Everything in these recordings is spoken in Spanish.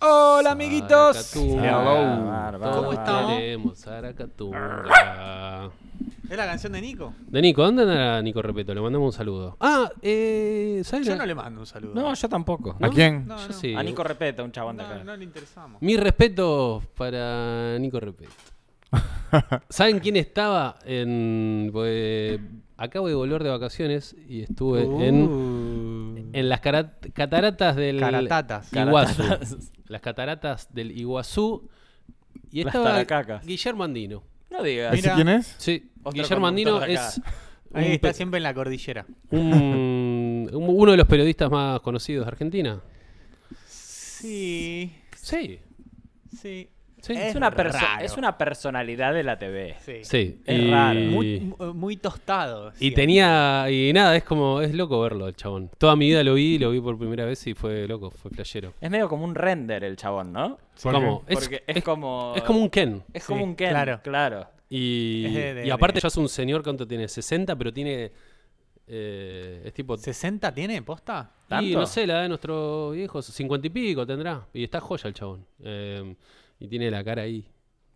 Hola, amiguitos. Zaracatunga, Hello. bárbaro, ¿Cómo bárbaro. estamos? Queremos Zaracatunga. Es la canción de Nico. De Nico, ¿dónde anda Nico Repeto? Le mandamos un saludo. Ah, eh, ¿sabes? Yo la- no le mando un saludo. No, yo tampoco. ¿No? ¿A, ¿A quién? no, yo no. sí. Nico Repeta, un chabón de acá. No, no le interesamos. Mis respetos para Nico Repeto. ¿Saben quién estaba en...? pues, acabo de volver de vacaciones y estuve en, en las cara- cataratas del... Uh. Caratatas. Iguazú. Las cataratas del Iguazú. Y Las estaba taracacas. Guillermo Andino. No digas. ¿Ese Mira. quién es? Sí, Otro Guillermo Andino conductor de acá. es Ahí un está pe- siempre en la cordillera. un- un- uno de los periodistas más conocidos de Argentina. Sí, Sí, sí. sí, Es sí. una, perso- raro. es una personalidad de la TV. Sí. Sí, Es y, raro. Muy, mu- muy tostado. y siempre. tenía. Y nada, es como. Es loco verlo, el chabón. Toda mi vida lo vi, lo vi por primera vez y fue loco, fue flashero. Es medio como un render el chabón, ¿no? ¿Por Como, es, Porque es, es- como. es como un Ken. Es como Sí, un Ken. Claro. claro. Y, Es de- de- y aparte, de- ya es un señor, ¿cuánto tiene? 60, pero tiene. eh, es tipo. ¿60 tiene posta? Y ¿Tanto? no sé, la edad de nuestro viejo, 50 y pico tendrá. Y está joya el chabón. Eh, y tiene la cara ahí,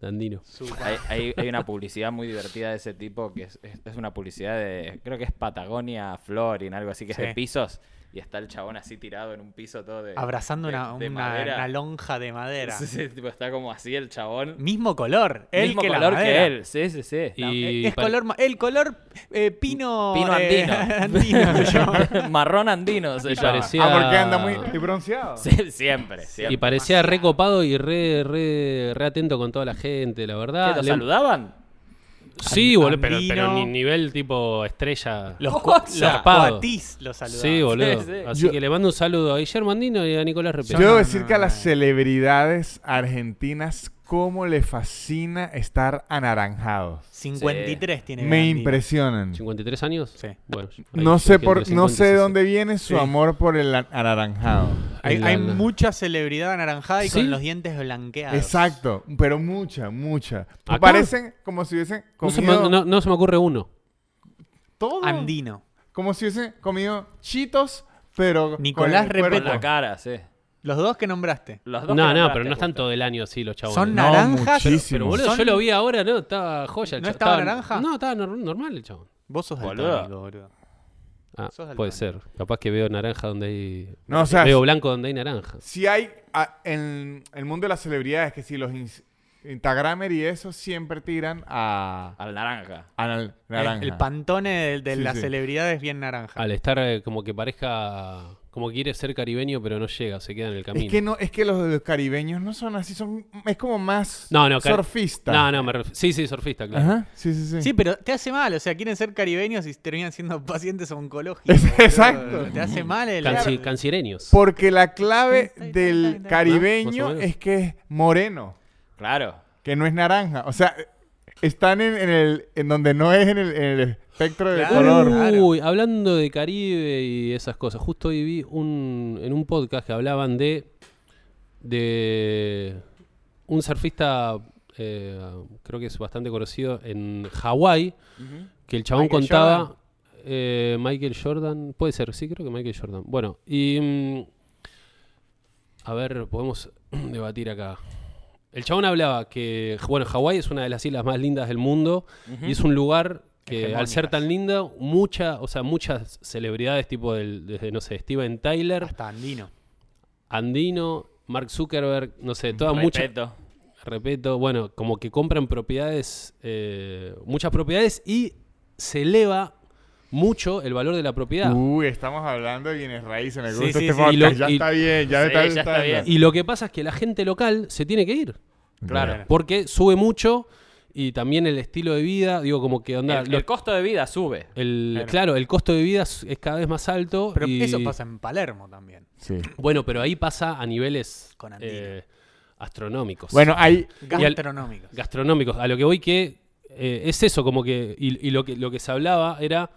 Dandino. Hay, hay- hay una publicidad muy divertida de ese tipo que es, es- es una publicidad de. Creo que es Patagonia Florin, algo así que Sí. es de pisos. Y está el chabón así tirado en un piso todo de. Abrazando de- una, de una- madera. una lonja de madera. Sí, sí, tipo, está como así el chabón. Mismo color. El mismo que la color que madera. él. Sí, sí, sí. Y- No, eh, es pare- color, ma- el color eh, pino, Pino eh, andino, se llama. Marrón andino se Y llama. parecía. Ah, porque anda muy muy bronceado. Sí, siempre, siempre. Y parecía recopado y re, re, re atento con toda la gente, la verdad. ¿Qué, ¿Lo Le- saludaban? Sí, boludo, pero, Andino. pero ni nivel tipo estrella. Los, Ojo, cua- sí. los Zarpado. cuatís los saludaban. Sí, boludo. Sí, sí. Así Yo- que le mando un saludo a Guillermo Andino y a Nicolás Yo Repetto. debo no, decir no, que a no. las celebridades argentinas cómo le fascina estar anaranjados. 53 tiene. Me Gandhi. impresionan. 53 años. Sí. Bueno, ahí No yo sé dije por entre no 50 y sé 60. dónde viene Sí. su amor por el a- anaranjado. Hay, El hay ala. mucha celebridad anaranjada y Sí. con los dientes blanqueados. Exacto, pero mucha, mucha. Acá- Parecen como si hubiesen No se, comido me, no- no se me ocurre uno. todo. Andino. Como si hubiesen comido chitos, pero Nicolás con el Repeto. Con cuerpo. la cara, sí. Los dos que nombraste. Los No, dos no, que nombraste, pero no están justo. todo el año así los chabones. Son No, naranjas. muchísimo. Pero boludo, yo Son- lo vi ahora, ¿no? Estaba joya el ¿No chabón. estaba naranja? No, estaba nor- normal el chabón. Vos sos Boludo. daltónico, boludo. Ah, Sos puede ser. daltónico. Capaz que veo naranja donde hay. No, o sea, veo blanco donde hay naranja. Si hay a- en el mundo de las celebridades que si los ins- Instagramer y eso siempre tiran a, Al naranja. a nal- El, naranja. el pantone de, de Sí, las sí. celebridades bien naranja. Al estar eh, como que parezca. Como que quiere ser caribeño, pero no llega, se queda en el camino. es que no, es que los, los caribeños no son así, son es como más No, no, car- surfista. No, no, me ref- sí, sí, surfista, claro. Ajá. Sí, sí, sí. Sí, pero te hace mal. O sea, quieren ser caribeños y terminan siendo pacientes oncológicos. Es- boludo. exacto. Te hace mal el. Canci- cancireños. Porque la Sí, clave sí, sí, sí, del sí. caribeño Más o menos. es que es moreno, Claro. que no es naranja. O sea, están en, en el en donde no es en el, en el espectro de Claro. color. Claro. Uy, hablando de Caribe y esas cosas, justo hoy vi un, en un podcast que hablaban de, de un surfista, eh, creo que es bastante conocido, en Hawái, que el chabón Michael contaba, Jordan. eh, Michael Jordan, puede ser, sí, creo que Michael Jordan. Bueno, y... mm, a ver, podemos debatir acá. El chabón hablaba que, bueno, Hawái es una de las islas más lindas del mundo y es un lugar que al ser Hegemónicas. tan linda, mucha, o sea, muchas celebridades tipo del, desde, no sé, Steven Tyler, Hasta andino. Andino, Mark Zuckerberg, no sé, todas muchas, Respeto. respeto, bueno, como que compran propiedades, eh, muchas propiedades y se eleva mucho el valor de la propiedad. Uy, estamos hablando de bienes raíces. Me Sí, gusta sí, este sí. podcast. Y lo- ya y- está bien, ya, Sí, está, ya está gustando. bien. Y lo que pasa es que la gente local se tiene que ir. Claro. Porque sube mucho y también el estilo de vida, digo, como que onda. el, lo- el costo de vida sube. el- Claro. claro. el costo de vida es es cada vez más alto. Pero y- eso pasa en Palermo también. Sí. Bueno, pero ahí pasa a niveles Con Andino. eh, astronómicos. Bueno, hay, Y al- Gastronómicos. Gastronómicos. A lo que voy que eh, es eso, como que. Y, y lo que lo que se hablaba era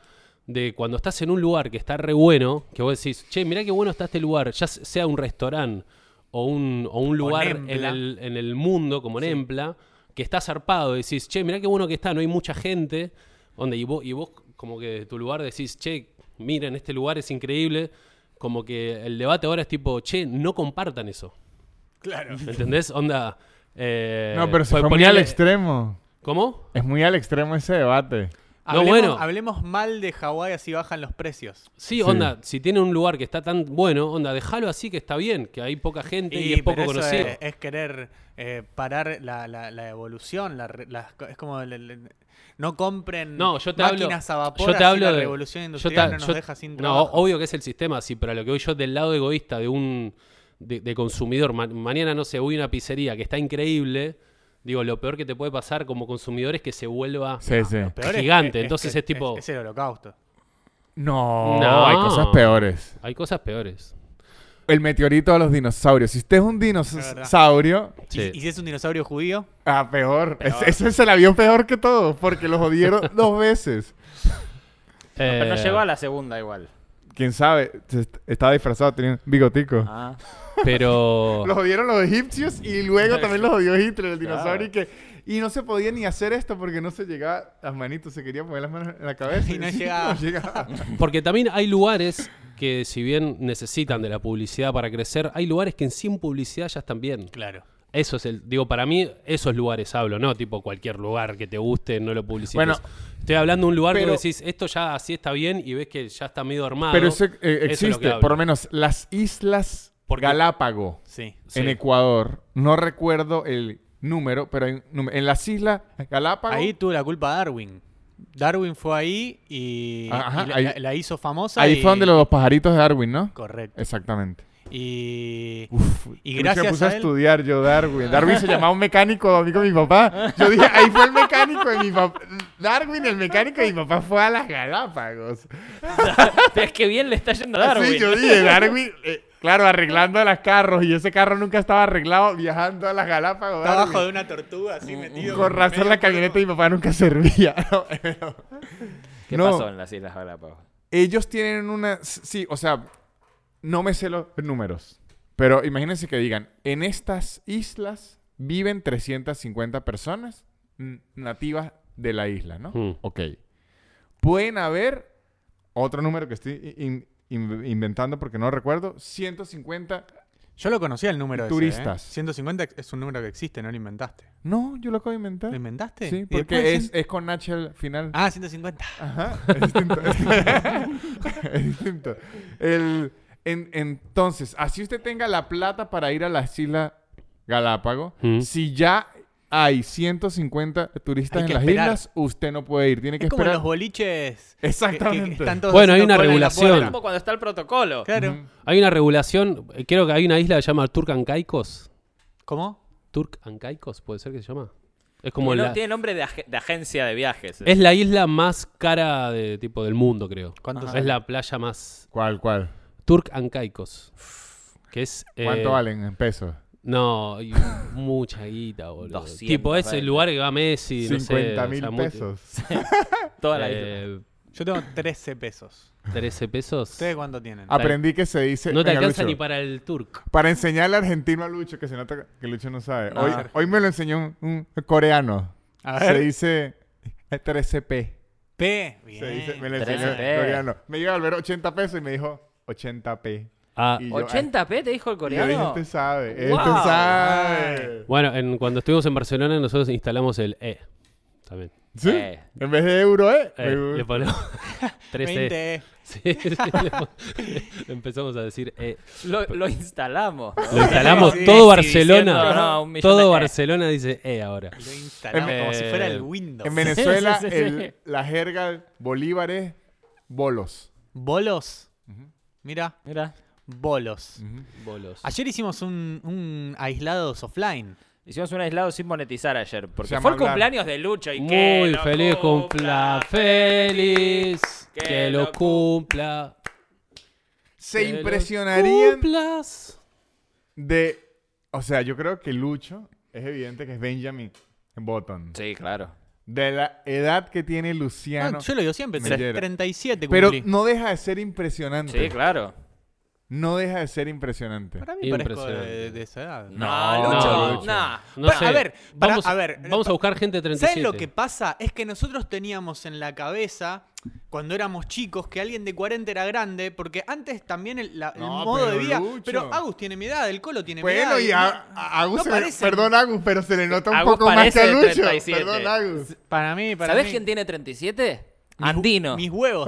de cuando estás en un lugar que está re bueno, que vos decís, che, mirá qué bueno está este lugar, ya se- sea un restaurante o un, o un lugar en Nempla. el, en el mundo como Nempla, que está zarpado, decís, che, mirá qué bueno que está, no hay mucha gente. Onda, y, vos, y vos, como que de tu lugar decís, che, miren, este lugar es increíble. Como que el debate ahora es tipo, che, no compartan eso. Claro. ¿Entendés? Onda. eh, no, pero se pon- fue muy ponele- al extremo. ¿Cómo? Es muy al extremo ese debate. Hablemos, bueno. hablemos mal de Hawái así bajan los precios. Sí, Sí. onda, si tiene un lugar que está tan bueno, onda, déjalo así que está bien, que hay poca gente y, Y, pero es poco eso conocido. Es, es querer eh, parar la, la- la evolución. la re- las co- es como. el- el- no compren No, yo te hablo. máquinas a vapor. yo te así hablo la de- revolución yo industrial te- no nos yo- deja sin no, trabajo. obvio que es el sistema así, pero a lo que voy yo del lado egoísta de un de, de consumidor, ma- mañana no sé, voy a una pizzería que está increíble, digo, lo peor que te puede pasar como consumidor es que se vuelva Sí, sí. Lo peor es gigante, que- entonces que es tipo- Es, el holocausto. No, No. hay cosas peores. hay cosas peores. El meteorito a los dinosaurios. Si usted es un Es verdad. dinosaurio, Y- Sí. Y, si es un dinosaurio judío, ah, peor. Es- ese se la vio peor que todo, porque los jodieron dos veces. Pero no Eh, llegó a la segunda igual. Quién sabe, se est- estaba disfrazado, tenía un bigotico. Ah, pero Los jodieron los egipcios y luego también los jodió Hitler, el dinosaurio. Y, que, y no se podía ni hacer esto porque no se llegaba las manitos, se quería poner las manos en la cabeza. Y no llegaba. no llegaba. Porque también hay lugares que si bien necesitan de la publicidad para crecer, hay lugares que en sin publicidad ya están bien. claro. Eso es el, digo, para mí esos lugares hablo, no tipo cualquier lugar que te guste, no lo publicites. Bueno, estoy hablando de un lugar que pero- vos decís, esto ya así está bien y ves que ya está medio armado. Pero eso eh, Ah, es lo que existe, hablo. por lo menos las islas por Porque- Galápago Sí. Sí. en Ecuador. No recuerdo el número, pero hay un número. en las islas Galápago. Ahí tuvo la culpa Darwin. Darwin fue ahí y, Ajá, y la, ahí- la- la hizo famosa. Ahí y- fue donde los dos pajaritos de Darwin, ¿no? Correcto. Exactamente. Y. Uf, Y yo gracias me puse a, a él- estudiar yo Darwin. Darwin se llamaba un mecánico amigo de mi papá. Yo dije, ahí fue el mecánico de mi papá. Darwin, el mecánico de mi papá, fue a las Galápagos. pero es que bien le está yendo a Darwin. Así Ah, yo dije, Darwin, eh, claro, arreglando los carros. Y ese carro nunca estaba arreglado viajando a las Galápagos. Está Darwin. abajo de una tortuga así metido. Con razón la camioneta de mi papá nunca servía. No, pero- ¿Qué No, pasó en las Islas Galápagos? Ellos tienen una... Sí, o sea, no me sé los números. Pero imagínense que digan, en estas islas viven 350 personas mm, nativas de la isla, ¿no? Hmm. Mm. Ok. Pueden haber, otro número que estoy in- in- inventando porque no recuerdo, 150... Yo lo conocía el número de Turistas. 150 es un número que existe, no lo inventaste. No, yo lo acabo de ¿Lo inventar. inventaste? Sí, ¿Y porque después es, cien- es con H al final. Ah, 150. Ajá, es distinto. es distinto. El- en- entonces, así usted tenga la plata para ir a las Islas Galápago, Mm. si ya hay 150 turistas Hay que en las esperar. islas, usted no puede ir, tiene que Es como en esperar. los boliches. que- que- que Exactamente. están todos Bueno, hay haciendo una cola en la regulación. puerta. Como cuando está el protocolo. Claro. Hay una regulación, eh, creo que hay una isla que se llama Turk and Caicos. ¿Cómo? Turk and Caicos, puede ser que se llama. Es como no la, tiene nombre de, ag- de agencia de viajes. es la isla más cara de tipo del mundo, creo. ¿Cuánto Es sale? la playa más ¿Cuál, cuál? Turk and Caicos. Que es eh, ¿Cuánto valen en pesos? No, y mucha guita, boludo. 200, tipo, es el vale. lugar que va Messi, no sé, 50 o mil sea, mu- pesos. Toda la isla. eh, Yo tengo 13 pesos. 13 pesos. ¿Ustedes cuánto tienen? Aprendí que se dice... No te Venga, alcanza Lucho, ni para el Turk. para enseñarle argentino a Lucho, que se nota que Lucho no sabe. No. Hoy, hoy me lo enseñó un, un coreano. A Se ver. dice 13p. P. Bien. Se dice, me lo enseñó 13p. el coreano. Me iba a volver 80 pesos y me dijo 80p. Ah, Y yo, ¿80p te dijo el ah, y Yo dije, coreano? este sabe, este Wow. sabe. bueno, en- cuando estuvimos en Barcelona, nosotros instalamos el E. También. ¿Sí? Eh. En vez de euro, ¿eh? Eh, Me- le ponemos 13. 20. Sí, sí, le pon- le empezamos a decir E. Lo, lo instalamos. Lo instalamos Sí, todo sí, Barcelona. diciendo, no, un millón de todo E. Barcelona dice E ahora. Em, Lo instalamos Eh, como si fuera el Windows. en Venezuela, Sí, sí, sí. el- la jerga bolívar es bolos. Bolos. Mira, Mira, Mm. bolos. Bolos. Ayer hicimos un, un aislados offline. hicimos un aislado sin monetizar ayer. Porque Se llama fue el hablar. cumpleaños de Lucho y que Muy lo feliz cumpla. cumpla, feliz. Que, Que lo lo cumpla. Se que lo impresionarían cumplas. de... O sea, yo creo que Lucho es evidente que es Benjamin Button. Sí, claro. De la edad que tiene Ah, Luciano. yo lo digo siempre, Me hiero. 37 pero cumplí. no deja de ser impresionante. Sí, claro. no deja de ser impresionante. Para mí parezco de, Impresionante. de esa edad. Ah, No, no, Lucho, Lucho. nah. No Para- sé. A ver, para- vamos, a ver. vamos a buscar gente de 37. ¿Sabes lo que pasa? Es que nosotros teníamos en la cabeza, cuando éramos chicos, que alguien de 40 era grande, porque antes también el, la- el No, modo de pero vida. Lucho. Pero Agus tiene mi edad, el Colo tiene mi edad. Bueno, y no- a, a Agus, no se le- parecen. perdón Agus, pero se le nota un Agus poco más que a parece de Lucho. 37. Perdón Agus. Para mí, para ¿Sabés mí, quién tiene 37? mis- Andino. Mis huevos.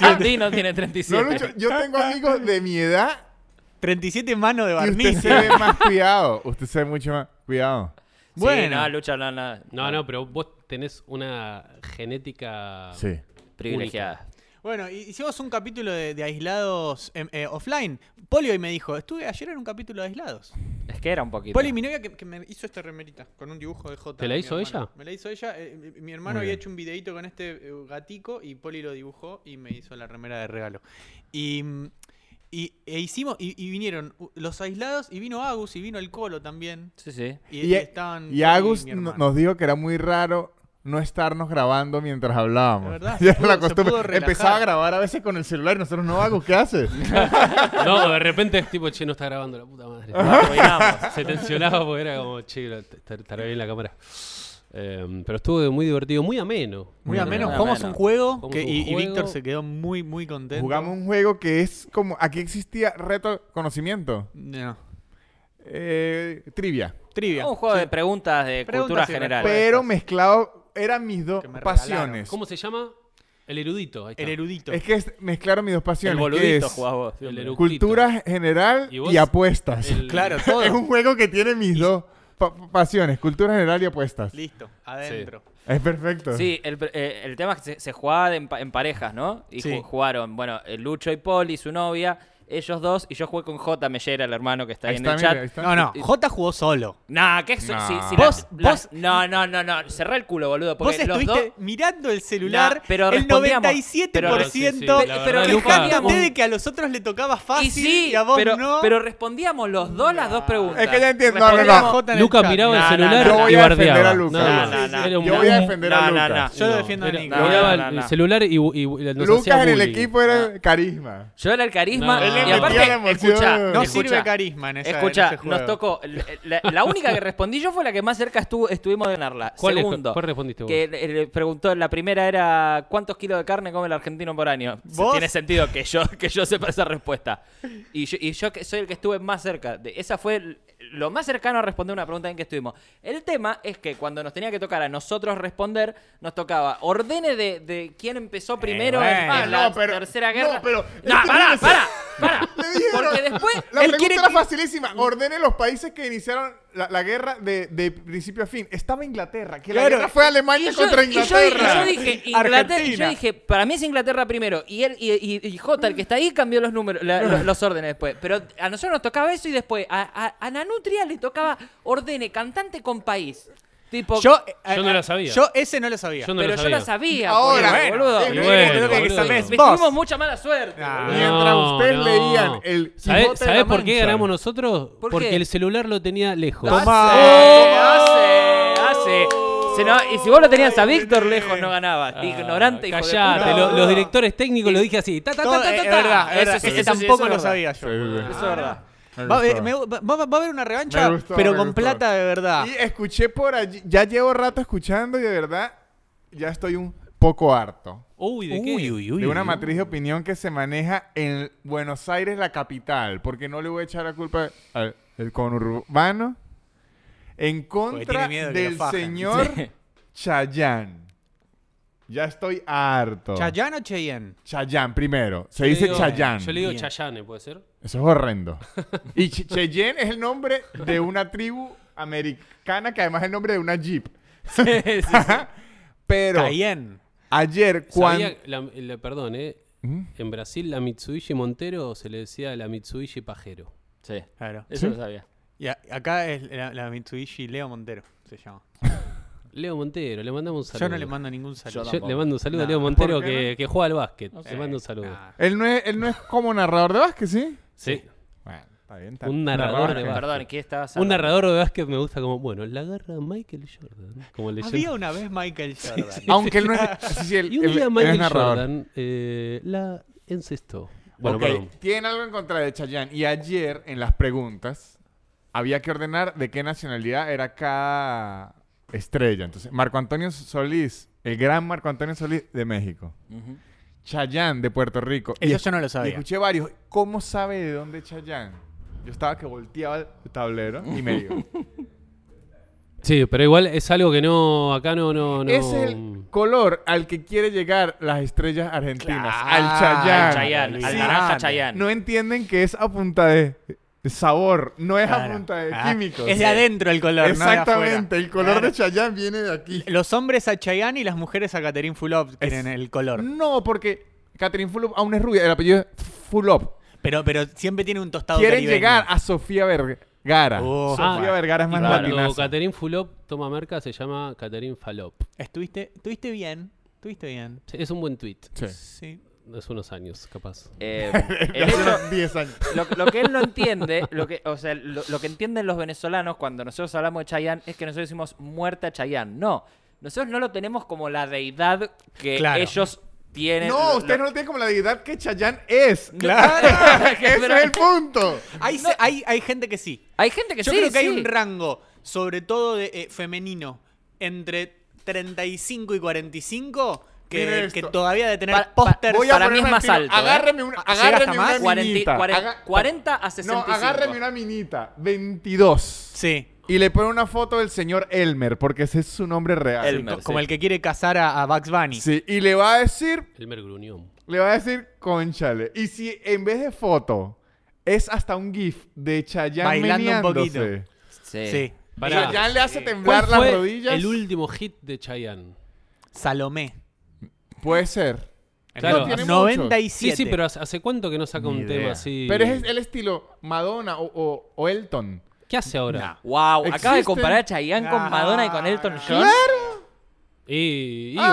Andino tiene No, 37. Lucho, yo tengo amigos de mi edad 37 manos de y usted barniz. ¿eh? se ve más cuidado. Usted se ve mucho más cuidado. bueno. Bueno. no, Lucho, no, no. No, no, pero vos tenés una Ah. genética. Sí. Privilegiada. Bueno, y- hicimos un capítulo de, de aislados em, eh, offline. Poli hoy me dijo, estuve ayer en un capítulo de aislados. Es que era un poquito. Poli, mi novia que, que me hizo esta remerita con un dibujo de J. ¿Te la mi hizo hermano. ella? Me la hizo ella. eh, mi- mi hermano Muy había bien. hecho un videito con este eh, gatico y Poli lo dibujó y me hizo la remera de regalo. Y, mm, y- e hicimos, y, y vinieron uh, los aislados y vino Agus y vino el Colo también. Sí, sí. Y, Y- y estaban. Poli Y Agus Mm, mi no- hermano. nos dijo que era muy raro no estarnos grabando mientras hablábamos. Es verdad, Ya se era pudo- la se costumbre. pudo relajar. Empezaba a grabar a veces con el celular y nosotros no, Agus, ¿qué haces? No, de repente es tipo, che, no está grabando la puta madre. Se tensionaba porque era como, che, la- estar- estará bien la cámara. Eh, pero estuvo muy divertido, muy ameno. Muy ameno. ameno. Jugamos un juego, Jugamos que, un y, y juego. Víctor se quedó muy, muy contento. Jugamos un juego que es como. Aquí existía reto conocimiento. No. Eh, trivia. Trivia. Un juego de preguntas de Preguntas cultura y general. respuestas. Pero mezclado. Eran mis dos Que me pasiones. ¿Cómo se llama? El erudito. Ahí está. El erudito. Es que es- mezclaron mis dos El pasiones. que boludito es jugás vos. El eructito. cultura general ¿Y y, vos? apuestas. El- Claro, todo. Es un juego que tiene mis dos pa- pasiones, cultura general y apuestas. Listo, adentro. Es perfecto. Sí, el, pre- eh, el tema es que se, se jugaba de en, pa- en parejas, ¿no? Y Sí. ju- jugaron, bueno, eh, Lucho y Poli, su novia, ellos dos, y yo jugué con J. Mellera, el hermano que está ahí, Ahí en está, el mira, chat. ahí está. No, no, J jugó solo. Nah, que eso. Nah. si- si Vos- la- la- vos- no, no, no, no. Cerrá el culo, boludo. Porque Vos los estuviste dos. mirando el celular Nah, pero el respondíamos. 97% Pero sí, sí, la pero verdad, Luca, quejándote un- de que a los otros le tocaba fácil Y y, sí, a vos pero, no. pero respondíamos los dos las dos preguntas. Es que ya entiendo, no, no, no. Ponía a Respondíamos- J en el Luca chat. miraba No, el no, celular no. Yo voy y a defender bardeaba. a Luca. Nada No, más. no, no. Era un- Yo voy a un- defender No, a no, Lucas. no. Yo no, defiendo era- a Nico. no, miraba no, el no. celular y, y- y nos Lucas hacía en el bullying. equipo Ah. era carisma. Yo era el carisma. No. Él le y metía la aparte, emoción. escucha, No No escucha, sirve carisma en esa en Escucha, ese juego. nos tocó. La, la- la única que respondí yo fue la que más cerca estuvo, estuvimos de ganarla. ¿Cuál es- Segundo. cuál respondiste vos? Que le, le preguntó, la primera era: ¿Cuántos kilos de carne come el argentino por año? ¿Vos? Tiene sentido que yo, que yo sepa esa respuesta. Y yo, y yo que soy el que estuve más cerca. De, esa fue el- lo más cercano a responder una pregunta en que estuvimos. El tema es que cuando nos tenía que tocar a nosotros responder, nos tocaba ordene de, de quién empezó primero en- en, bueno. Ah, la no, pero- tercera no, guerra. pero- Nah, es que pará, no sé. pará, pará. Le dijeron- Porque después La él pregunta quiere era que- facilísima. Ordene los países que iniciaron la, la guerra de, de principio a fin. Estaba Inglaterra, que la Claro. guerra fue Alemania yo- contra y yo- Inglaterra. Y yo, dije, Inglaterra, y yo Argentina. dije, para mí es Inglaterra primero. Y él y, y, y Jota, el que está ahí, cambió los números, la- lo- los órdenes después. Pero a nosotros nos tocaba eso y después a, a, a Nanutria le tocaba ordene cantante con país. Tipo, eh, Yo no eh, la sabía. Yo ese no lo sabía. Yo no pero lo yo la sabía. sabía. Ahora, Ahora, boludo. bueno, Y bueno, Creo que boludo. sabés Me vos. tuvimos mucha mala suerte. Ah. No, No, Mientras ustedes no. leían el ¿Sabés, Quijote de sabés la por qué Mancha. ganamos nosotros? ¿Por Porque qué? el celular lo tenía lejos. Tomá. Hace, Oh. hace, hace. Oh. Si no- y si vos lo tenías a Víctor lejos, no ganabas. Ah, Ignorante, hijo de callate, puta. lo- los directores técnicos lo dije así. ta, ta, ta, Todo- ta, eh, ta, es ta. verdad, es Eso verdad. sí, Ese eso sí, tampoco eso lo es verdad. sabía yo. Sí, sí, sí. Eso es verdad. Me Va, eh, gustó. me- va- va- va a haber una revancha, Me gustó, pero me con gustó. plata de verdad. Y escuché por allí, ya llevo rato escuchando y de verdad ya estoy un poco harto. Uy, ¿de qué? de una matriz de opinión que se maneja en Buenos Aires, la capital, porque no le voy a echar la culpa al al conurbano, en contra tiene miedo que lo del fajen. señor Chayán. Ya estoy harto. ¿Chayán o Cheyenne? Chayán primero. Se Yo le dice digo- Chayán. Yo le digo Bien. Chayane, ¿puede ser? Eso es horrendo. Y Ch- Cheyenne es el nombre de una tribu americana que además es el nombre de una jeep. Pero Cayenne. ayer cuando... Sabía- la- la- perdón, ¿eh? En Brasil la Mitsubishi Montero se le decía la Mitsubishi Pajero. Sí, Claro. eso lo sabía. Y a- acá es la, la Mitsubishi Leo Montero, se llama. Leo Montero, le mandamos un saludo. Yo no le mando ningún saludo. Yo le mando un saludo a No, Leo Montero ¿por qué que, que juega al básquet. Le Eh, mando un saludo. nah. Él no, es, él no es como narrador de básquet, ¿sí? Sí. Bueno, está bien. está Un bien. narrador de Narrador, básquet. Perdón, ¿qué estabas Un narrador de básquet me gusta como, bueno, la agarra Michael Jordan. Como leyenda. Había una vez Michael Jordan. Ah, Aunque él no es... Sí, sí, él, Y un él- día él es Michael narrador. Jordan eh, la encestó. Bueno, Ok, perdón. tienen algo en contra de Chayanne. Y ayer, en las preguntas, había que ordenar de qué nacionalidad era cada estrella. Entonces, Marco Antonio Solís, el gran Marco Antonio Solís de México. Ujú. Chayanne de Puerto Rico. Y Eso es- yo no lo y sabía. escuché varios. ¿Cómo sabe de dónde es Chayanne? Yo estaba que volteaba el tablero y me digo. Sí, pero igual es algo que no. Acá no. no, no- Es el color al que quiere llegar las estrellas argentinas. al Chayanne. Al Chayanne, al Sí. naranja Chayanne. No entienden que es a punta de sabor, no es a Claro. punta de Ah, químicos. Es de adentro el color, no de afuera. Exactamente, el color de Chayanne viene de aquí. Los hombres a Chayanne y las mujeres a Catherine Fulop tienen el color. No, porque Catherine Fulop aún es rubia, el apellido es Fulop. Pero, pero siempre tiene un tostado Quieren caribeño. llegar a Sofía Vergara. Oh. Sofía Ah, Vergara es más Cuando latinaza. Caterín Fulop toma merca se llama Caterín Falop. Estuviste, estuviste bien, estuviste bien. Sí, Es un buen tweet. Sí. Sí. Hace unos años, capaz. Eh, el Hace hecho- unos 10 años. lo, lo que él no entiende, lo que, o sea, lo, lo que entienden los venezolanos cuando nosotros hablamos de Chayanne es que nosotros decimos muerta Chayanne. No, nosotros no lo tenemos como la deidad que Claro. ellos tienen. No, Lo- ustedes no lo- lo tienen como la deidad que Chayanne es. Claro. Ese Pero- es el punto. Hay, se- hay, hay gente que sí. Hay gente que Yo sí, creo que hay sí. un rango, sobre todo de, eh, femenino, entre 35 y 45, Mira que, esto. que todavía de tener Pa- pa- pósters. voy a- Para mí ponerme es más al alto, tiro. ¿eh? Agárreme una, ¿Llega agárreme hasta una más? Cuarenta- minita. cuaren- Aga- 40 a 65. No, agárreme una minita. 22. Sí. Y le pone una foto del señor Elmer, porque ese es su nombre real. Sí, Elmer, co- como sí. el que quiere casar a, a Bugs Bunny. Sí, y le va a decir, Elmer Gruñón. le va a decir, conchale. Y si en vez de foto es hasta un gif de Chayanne Bailando un meneándose. poquito. Sí. Sí. Pará. Chayanne le hace Eh, ¿Cuál temblar las fue rodillas. el último hit de Chayanne? Salomé. Puede ser. Claro. No tiene muchos. 97. Sí, sí, pero ¿hace hace cuánto que no saca un tema así? Pero es el estilo Madonna o, o- o Elton. ¿Qué hace ahora? Wow, acaba de Existen- comparar a Chayanne con Madonna y con Elton John. Y, y, Ay,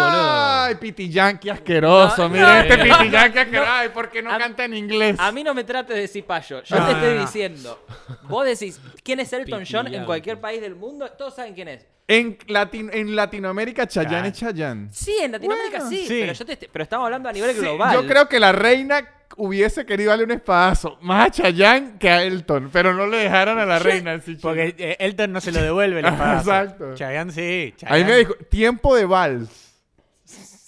boludo. Piti Yankee asqueroso. No, Mira no, este no, Piti Yankee asqueroso. Ay, ¿por qué no A- canta en inglés? A mí no me trates de cipayo. Yo te no, estoy no. diciendo. Vos decís, ¿quién es Elton Piti John en Yankee. cualquier país del mundo? Todos saben quién es. En, Latin- en Latinoamérica, Ah. Chayanne es Chayanne. Sí, en Latinoamérica Bueno, sí, sí. Pero, yo te, est- pero estamos hablando a nivel Sí, global. Yo creo que la reina hubiese querido darle un espadazo más a Chayanne que a Elton, pero no le dejaron a la reina. así, Porque eh, Elton no se lo devuelve el espadazo. Exacto. Chayanne sí. chico. Ahí Chayanne. me dijo, tiempo de vals.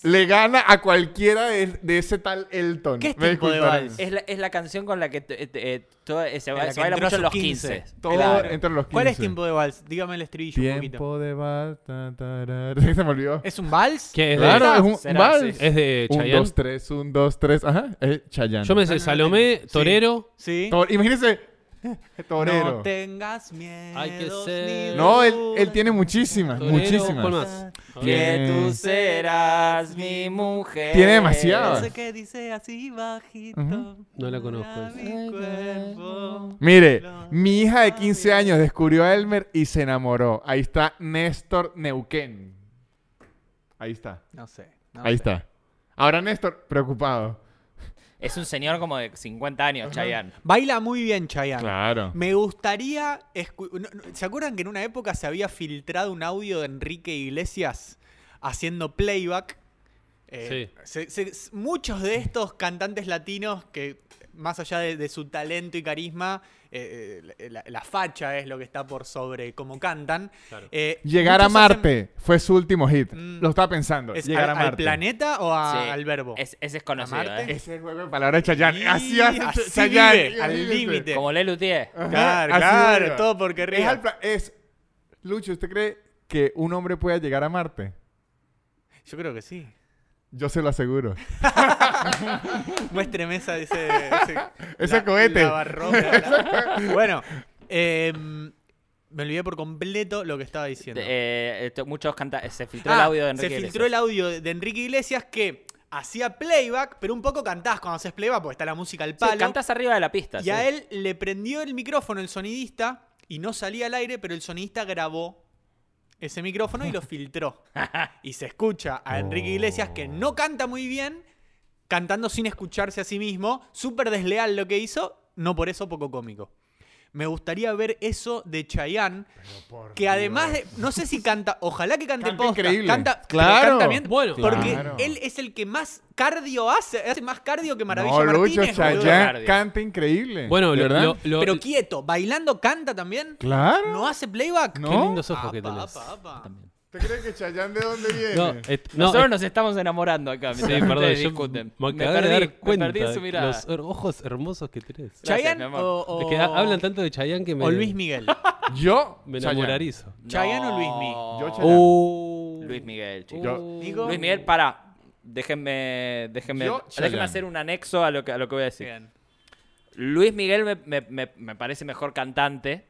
Le gana a cualquiera de, de ese tal Elton. ¿Qué es Me tiempo de disculparán. vals? Es la, es la canción con la que t- eh, t- eh, todo- eh, se, En ba- la se que baila entró a mucho sus en los 15. 15. Todo Claro. entre los 15. ¿Cuál es tiempo de vals? Dígame el estribillo un poquito. Tiempo de vals. ta, tarara. Se me olvidó. ¿Es un vals? ¿Qué es de, Claro, es un Será, vals. es de Un, Chayanne? dos, tres, un, dos, tres. Ajá, es Chayanne. Yo me sé Salomé, Torero. Sí. Tor- Imagínese, torero. No tengas miedo. Hay que ser- No, él, él tiene muchísimas, Torero, muchísimas. ¿Cuál más? A ver. Que Bien. tú serás mi mujer. Tiene demasiado. Sé que dice así bajito. Ujú. No la conozco esa. Mi cuerpo. Mire, mi hija de 15 años descubrió a Elmer y se enamoró. Ahí está Néstor Neuquén. Ahí está. No sé. no Ahí sé. está. Ahora Néstor, preocupado. Es un señor como de 50 años, Chayanne. Baila muy bien Chayanne. Claro. Me gustaría. escu- no, no, ¿Se acuerdan que en una época se había filtrado un audio de Enrique Iglesias haciendo playback? Eh, se- se- s- muchos de estos cantantes latinos que, más allá de, de su talento y carisma, eh, eh, la, la facha es lo que está por sobre cómo cantan. Eh, Llegar a muchos hacen- Marte fue su último hit. Mm. Lo estaba pensando. ¿Es Llegar al, a al Marte. planeta o a- Sí. Ah, al verbo? Es, ese es conocido, ¿A Marte? ¿eh? Ese juego de palabras de Chayanne. Y Así hace así Chayanne. vive, al Imagínese. límite. Como Lelu Lutier. Claro, Así claro, vive. todo porque ríe. Es, al pla- es- Lucho, ¿usted cree que un hombre pueda llegar a Marte? Yo creo que sí. Yo se lo aseguro. Muéstreme esa, ese, ese, Ese cohete. la barroca, la- Bueno, em, me olvidé por completo lo que estaba diciendo. Eh, esto- muchos canta Se filtró Ah, el audio de Enrique se filtró el Iglesias. audio de Enrique Iglesias que hacía playback, pero un poco cantás cuando haces playback porque está la música al Sí, palo. cantás arriba de la pista. y a sí. él le prendió el micrófono el sonidista y no salía al aire, pero el sonidista grabó ese micrófono y lo filtró. Y se escucha a Enrique Oh. Iglesias que no canta muy bien, cantando sin escucharse a sí mismo, súper desleal lo que hizo, no por eso poco cómico. Me gustaría ver eso de Chayanne, que además de, no sé si canta, ojalá que cante Canta posta, increíble. canta, pero Claro. canta bien, Bueno. porque Claro. él es el que más cardio hace, hace más cardio que Maravilla No, Lucho Martínez, boludo. Chayán Cardio. canta increíble. Bueno, lo, ¿verdad? lo- lo- pero quieto, bailando canta también, Claro. no Ah, hace playback, qué No. lindos ojos Apa, que tenés. apa, apa. ¿Te crees que Chayán de dónde viene? No, et- no, Nosotros et- nos estamos enamorando acá. sí, mientras perdón, ustedes yo discuten. me Me acabé de dar perdí, me cuenta perdí en su mirada. los her- ojos hermosos que tenés. Gracias, Chayanne mi amor. o, o- Es que ha- hablan tanto de Chayanne que me, Oh. o Luis Miguel. Yo, me Chayanne. enamorarizo. Chayanne o Luis Mi. No. Uh. Yo, Chayanne. Ah. Uh. Luis Miguel, chicos. Yo- Uh. Digo- Luis Miguel, para. Déjenme, déjenme, Yo, Chayanne. déjenme hacer un anexo a lo que, a lo que voy a decir. Bien. Luis Miguel me, me- me- me parece mejor cantante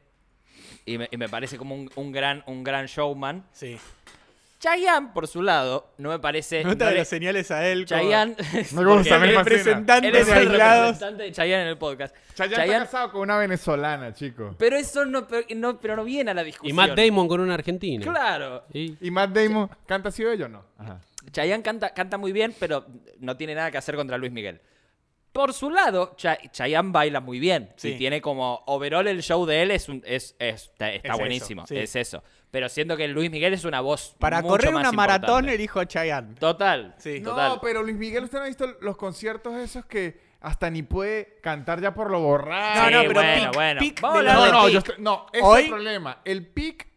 y me, y me parece como un, un gran, un gran showman. Sí. Chayanne, por su lado, no me Eh, parece... Nota no de le- las señales a él. como- Chayanne... Me El gusta, me fascina. representante Él es de el aislados. representante de Chayanne en el podcast. Chayanne está Chayanne- casado con una venezolana, chico. pero eso no, pero, no- pero no viene a la discusión. Y Matt Damon con un argentino. Claro. Y- Y Matt Damon, ¿canta así o yo no? Ajá. Chayanne canta, canta muy bien, pero no tiene nada que hacer contra Luis Miguel. Por su lado, Cha- Chayanne baila muy bien. Sí. Y tiene como. Overall, el show de él es un- es, es- está, está eso, buenísimo. sí. Es eso. Pero siento que Luis Miguel es una voz. Para mucho correr más una maratón importante. elijo a Chayanne. Total. Sí. No, Total. pero Luis Miguel, ¿usted no ha visto los conciertos esos que hasta ni puede cantar ya por lo borrado? No, no, Sí, pero bueno, pic, bueno. pic Vamos a de hablar lo de No, de no, pic. yo estoy- no, ese Hoy- es el problema. El pick,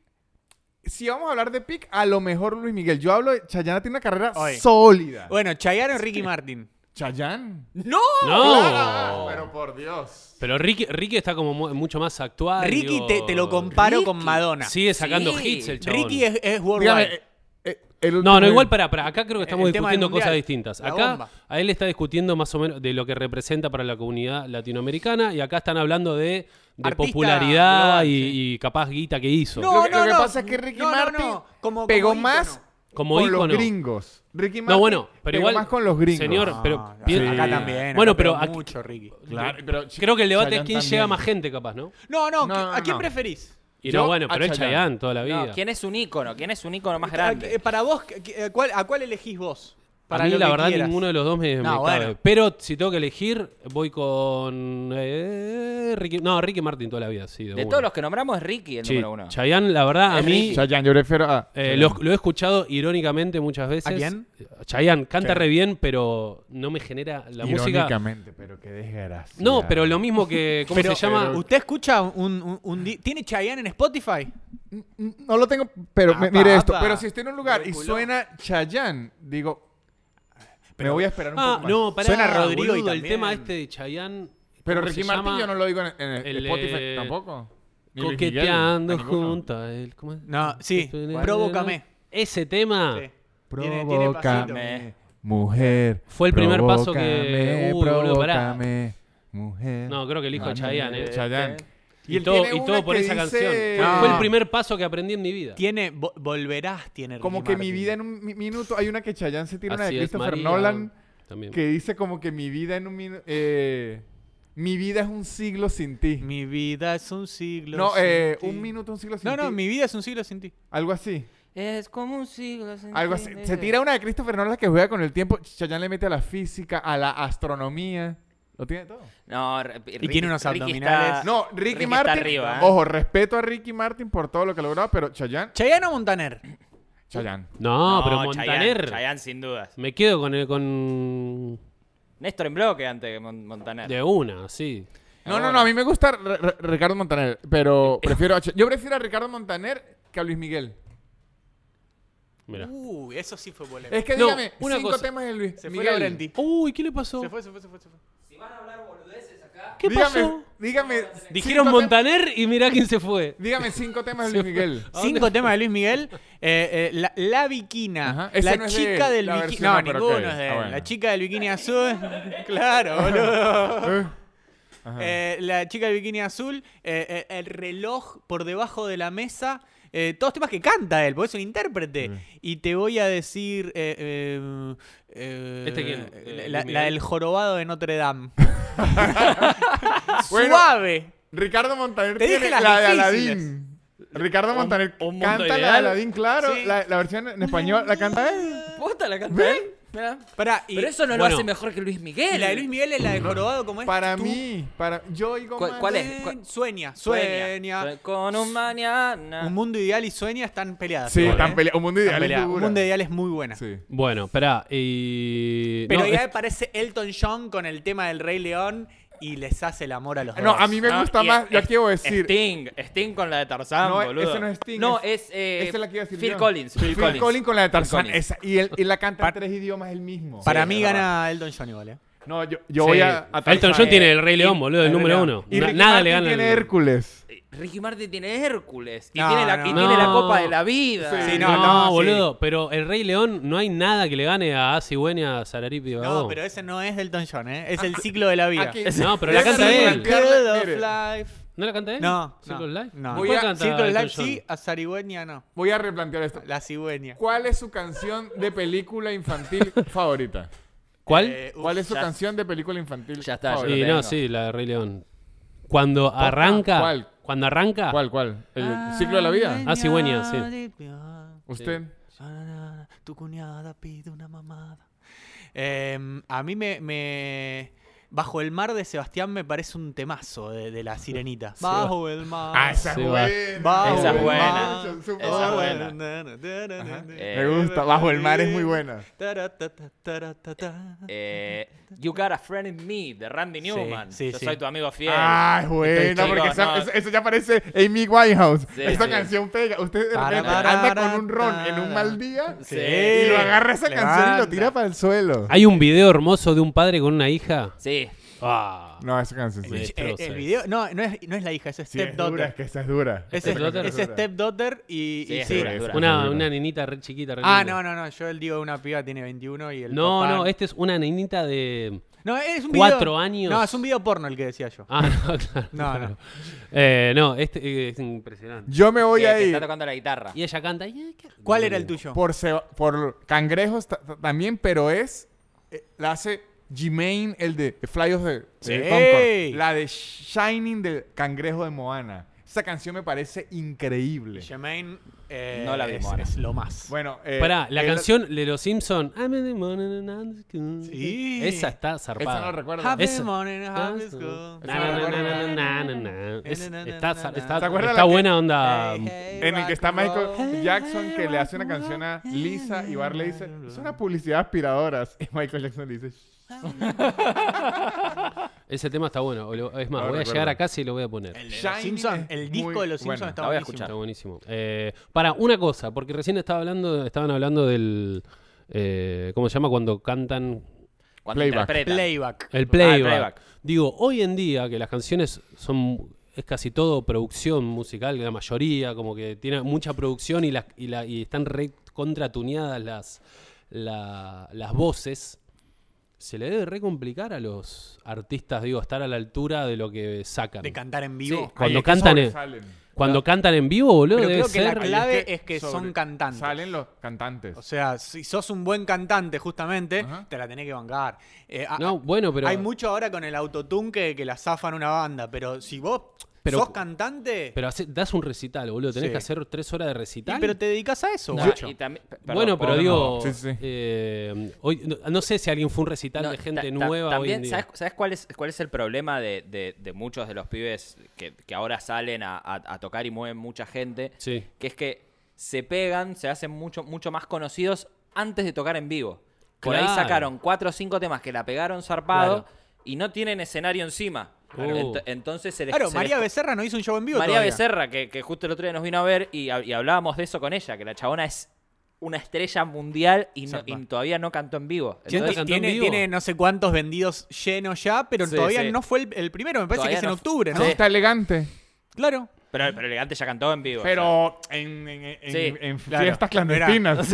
si vamos a hablar de pick, a lo mejor Luis Miguel. Yo hablo de Chayanne tiene una carrera Hoy. sólida. Bueno, Chayanne o Ricky Martin. Chayanne. ¡No! No. Pero por Dios. Pero Ricky, Ricky está como mu- mucho más actual. Ricky digo. te, te lo comparo con Ricky. Madonna. Sigue sacando Sí. hits el chabón. Ricky es, es Dígame, worldwide. eh, eh, el No, no, último- igual para, para acá creo que estamos El tema del discutiendo mundial, cosas distintas. la Acá bomba. a él está discutiendo más o menos de lo que representa para la comunidad latinoamericana y acá están hablando de, de Artista popularidad global, y, sí. y capaz guita que hizo. No, lo, que- lo que pasa es que Ricky no, no, Martin no, como- pegó como más ícono. Como con ícono. los gringos. Ricky Martin No, bueno, pero pegó igual. más con los gringos. Señor, pero. Ah, piensa- Acá Sí. también. Bueno, acá pero. pegó aquí- mucho Ricky. Claro, pero chi- Creo que el debate Chayanne es quién también. llega más gente, capaz, ¿no? No, no, No, ¿a no, quién no. preferís? Y Yo no, bueno, a pero es Chayanne. Chayanne toda la vida. No, ¿Quién es un ícono? ¿Quién es un ícono más ¿A- eh, grande? Para vos, ¿qué- qué- cuál- ¿a cuál elegís vos? Para a mí, lo la que verdad, quieras. ninguno de los dos me, me No, cabe. bueno. Pero si tengo que elegir, voy con. eh, Ricky, no, Ricky Martin toda la vida, sí. De, De una. todos los que nombramos es Ricky el Sí, número uno. Chayanne, la verdad, a Es mí. Ricky. Chayanne, yo prefiero a... eh, lo, lo he escuchado irónicamente muchas veces. ¿A quién? Chayanne, canta Chayanne. re bien, pero no me genera la música. Irónicamente, pero qué desgracia. No, pero lo mismo que. ¿Cómo Pero, se llama? pero- ¿Usted escucha un, un- un di- ¿Tiene Chayanne en Spotify? No lo tengo, pero me- Apa, mire esto. apa. Pero si estoy en un lugar y Culo. suena Chayanne, digo, me voy a esperar un Ah, poco más. no, pará, Suena Rodrigo y boludo, el también. tema este de Chayanne. Pero ¿cómo Ricky se Martin llama? yo no lo digo en, en el El, Spotify eh, tampoco. Ni Luis Miguel, a Coqueteando ninguno. junto a él. ¿Cómo es? No, sí, Estoy- Ah. provócame. Ese tema. Sí. Tiene- tiene pasito. Provócame, mujer. Fue el primer paso que- provócame, Uy, boludo, pará. provócame, mujer. No, creo que elijo a Chayanne, eh. Chayanne. Y, él todo, tiene y una todo por que esa dice- canción. No. Fue el primer paso que aprendí en mi vida. Tiene, vo- volverás, tiene Ricky Como que mi Martin. vida en un mi- minuto. Hay una que Chayanne se tiene, una Así de es, Christopher María, Nolan, También. que dice como que mi vida en un minuto. mi vida es un siglo sin ti. Mi vida es un siglo. No, sin eh, ti. un minuto, un siglo sin No, ti. no, mi vida es un siglo sin ti. Algo así. Es como un siglo. sin Algo ti, así. baby. Se tira una de Christopher Nolan que juega con el tiempo. Chayanne le mete a la física, a la astronomía. Lo tiene todo. No, R- Ricky- tiene unos Ricky abdominales. está- No, Ricky, Ah, Ricky está Martin. arriba, ¿eh? Ojo, respeto a Ricky Martin por todo lo que ha logrado, pero Chayanne, Chayano Montaner. Chayanne. No, pero Chayanne, Montaner. Chayanne, sin dudas. Me quedo con, el- con. Néstor en bloque antes que Mon- Montaner. De una, sí. No, no, no, a mí me gusta Re- Re- Ricardo Montaner, Eh, pero prefiero a Ch- yo prefiero a Ricardo Montaner que a Luis Miguel. Mirá. Uy, eso sí fue polémico. Es que No, dígame, una cinco cosa. temas de Luis Se fue Miguel. Laurenti. Uy, ¿qué le pasó? Se fue, se fue, se fue, se fue. ¿Qué dígame, pasó? Dígame. Dijeron cinco te- Montaner y mirá quién se fue. Dígame cinco temas de Luis Miguel. Cinco temas de Luis Miguel. Eh, eh, la, la Viquina. Ajá, ese La no es de chica él, del la bikini. versión No, no, pero ninguno ok. es de Ah, él. bueno. La chica del bikini azul. claro, boludo. Eh, Ajá. Eh, la chica del bikini azul. eh, eh, el reloj por debajo de la mesa. eh, todos temas que canta él, porque es un intérprete. Y te voy a decir. eh, eh, eh, ¿Este quién? Eh, la- Luis la, Miguel. del jorobado de Notre Dame. Bueno, Suave. Ricardo Montaner Te dije tiene las la de difíciles. Aladín. Ricardo Montaner un mundo canta la de ideal. Aladín, claro. Sí. La, la versión en español la canta él. ¿Posta la canta él? Mirá. Pará, y Pero eso no lo bueno. hace mejor que Luis Miguel. ¿y la de Luis Miguel es la de Jorobado como es. Para Tú mí, para yo oigo ¿Cuál- más cuál es? de- sue- Sueña, Sueña. sueña. Sue- Con un mañana. Un mundo ideal y sueña están peleadas. Sí, igual, están ¿eh? pelea- Un mundo Están ideal. es peleadas. Un dura. mundo ideal es muy buena. Sí. Bueno, espera, y. Pero no, ya es- aparece Elton John con el tema del Rey León y les hace el amor a los Ah, No, dos. a mí me No, gusta y más. es- Yo es- quiero decir. Sting. Sting con la de Tarzán, No, boludo. ese no es Sting, No, es- es. eh, Esa es la que iba a decir Phil yo. Collins. Phil, Phil Collins. Collins con la de Tarzán. Collins. esa- y, él, y la canta en Pa- tres idiomas el mismo. Para Sí, mí es gana Elton John igual, ¿eh? No, yo, yo sí. voy a. a Elton Tarzán. John tiene el Rey León, boludo, el número uno. Y Na- Ricky Nada le Martin gana. tiene el- Hércules. Eh, Ricky Martin tiene Hércules. Y, No, tiene, la, y no. tiene la No. copa de la vida. Sí, No, no, no, sí. boludo, pero el Rey León no hay nada que le gane a Cigüeña, a Sararip y a No, vos. pero ese no es Elton John, ¿eh? Ah, Es el ciclo de la vida. Aquí- No, pero la Déjame canta él. plantearle- Circle of mire, Life. ¿No la canta él? No, ¿Circle no, Life? no. ¿Cuál Voy a- canta Circle of Elton Life John? sí, a Zarigüeña no. Voy a replantear esto. La cigüeña. ¿Cuál es su canción de película infantil favorita? ¿Cuál? Eh, uf, ¿Cuál es su ya- canción de película infantil Ya está, ya Y favorita? lo no, tengo. sí, la de Rey León. Cuando arranca. ¿Cuál? Cuando arranca. ¿Cuál, cuál? ¿El ciclo de la vida? Ah, cigüeña, sí. ¿Usted? Tu cuñada pide una mamada. Eh, a mí me, me- Bajo el mar de Sebastián me parece un temazo de, de la sirenita. Bajo el mar. Ah, esa Sí, es va. buena. Bajo Esa es el buena. mar, Esa es Esa es buena. Me gusta. Bajo el mar es muy buena. Eh, you Got a Friend in Me de Randy Newman. sí, Yo sí. soy tu amigo fiel. Ah, es buena, Estoy porque chico, esa- no. esa- eso ya parece Amy Winehouse. Sí, esa sí. canción pega. Usted de Para, repente para, anda para, con un ron en un mal día Sí. y lo agarra esa canción y lo Levanta. tira para el suelo. Hay un video hermoso de un padre con una hija. Sí. Ah. No, esa canción Eh, sí. Sí. El, Destroza. video. No, no es, no es la hija, es Sí, es Stepdaughter. dura, es que esa es dura. Es, Esa es, canción Stepdaughter. es stepdaughter y, Sí, y es sí. dura, es dura. Una, una nenita re chiquita. Re Ah, linda. no, no, no. Yo el digo una piba tiene 21 y el No, papá- no, este es una nenita de. No, es un cuatro video- años. No, es un video porno el que decía yo. Ah, no, claro. No, no. Eh, no, este eh, es impresionante. Yo me voy que- a que está ir tocando la guitarra. Y ella canta. y- ¿Cuál era el tuyo? por, Seba- por cangrejos ta- ta- también, pero es. eh, la hace G-Main, el de Flyos de, de Sí. Concord. La de Shining del cangrejo de Moana. Esa canción me parece increíble. Jermaine eh, No la vimos, es- Ana. es, lo más. Bueno, eh, Pará, la el- canción de los Simpsons. Sí. Sí. Esa está zarpada. Esa no la recuerdo. Happy esa. morning, happy Na, school. na, na, na, na, na, na. Es- Está zar- está- ¿Se acuerdan está la que- buena onda. En el que está Michael Jackson que le hace una canción a Lisa y Bar le dice, es una publicidad aspiradora. Y Michael Jackson le dice, Ese tema está bueno. o lo- Es más, Ahora voy a recuerdo. llegar a casa y lo voy a poner. El, de los Shining Simpson, es el disco muy de los Simpsons buena. está La voy a buenísimo. escuchar. Está buenísimo. Eh, para, una cosa, porque recién estaba hablando, estaban hablando del. eh, ¿Cómo se llama? Cuando cantan Cuando Playback. interpretan. Ah, Playback. El playback. playback. Digo, hoy en día que las canciones son es casi todo producción musical, la mayoría como que tiene mucha producción y las y, la, y están re contratuneadas las la- las voces. Se le debe re complicar a los artistas, digo, estar a la altura de lo que sacan. De cantar en vivo. Sí. Cuando "Ahí es que cantan en- sobresalen". Cuando cantan en vivo, boludo, Pero debe creo que la ser- clave- Ahí es que son sobre- cantantes. Salen los cantantes. O sea, si sos un buen cantante, justamente, Ajá. te la tenés que bancar. Eh, a- No, bueno, pero Hay mucho ahora con el autotune que, que la zafan una banda, pero si vos Pero- sos cantante, pero hace- das un recital, boludo, tenés Sí. que hacer tres horas de y- recital. pero te dedicas a eso, No, guacho. y también- p- perdón, bueno, pero pobre digo, Sí, sí. eh, hoy, no, no sé si alguien fue un recital No, de gente ta- ta- nueva hoy También, en día. ¿sabes, sabes cuál, es, cuál es el problema de, de- de muchos de los pibes que, que ahora salen a, a- a tocar y mueven mucha gente? Sí. Que es que se pegan, se hacen mucho, mucho más conocidos antes de tocar en vivo. Por ahí Claro. sacaron cuatro o cinco temas que la pegaron zarpado Claro. y no tienen escenario encima. Claro. Ent- entonces se les, Claro, se María les- Becerra no hizo un show en vivo. María todavía. Becerra, que, que justo el otro día nos vino a ver y, hab- y hablábamos de eso con ella, que la chabona es una estrella mundial y, no- y todavía no cantó en vivo. ¿Quién Entonces- cantó en Tiene, vivo? tiene no sé cuántos vendidos llenos ya, pero Sí, todavía sí. no fue el, el primero. Me parece Todavía que es no en fu- octubre, ¿no? No, está elegante. Claro. Pero, pero Elegante ya cantó en vivo. o Pero en, en, en- Sí, en claro. fiestas Era- clandestinas.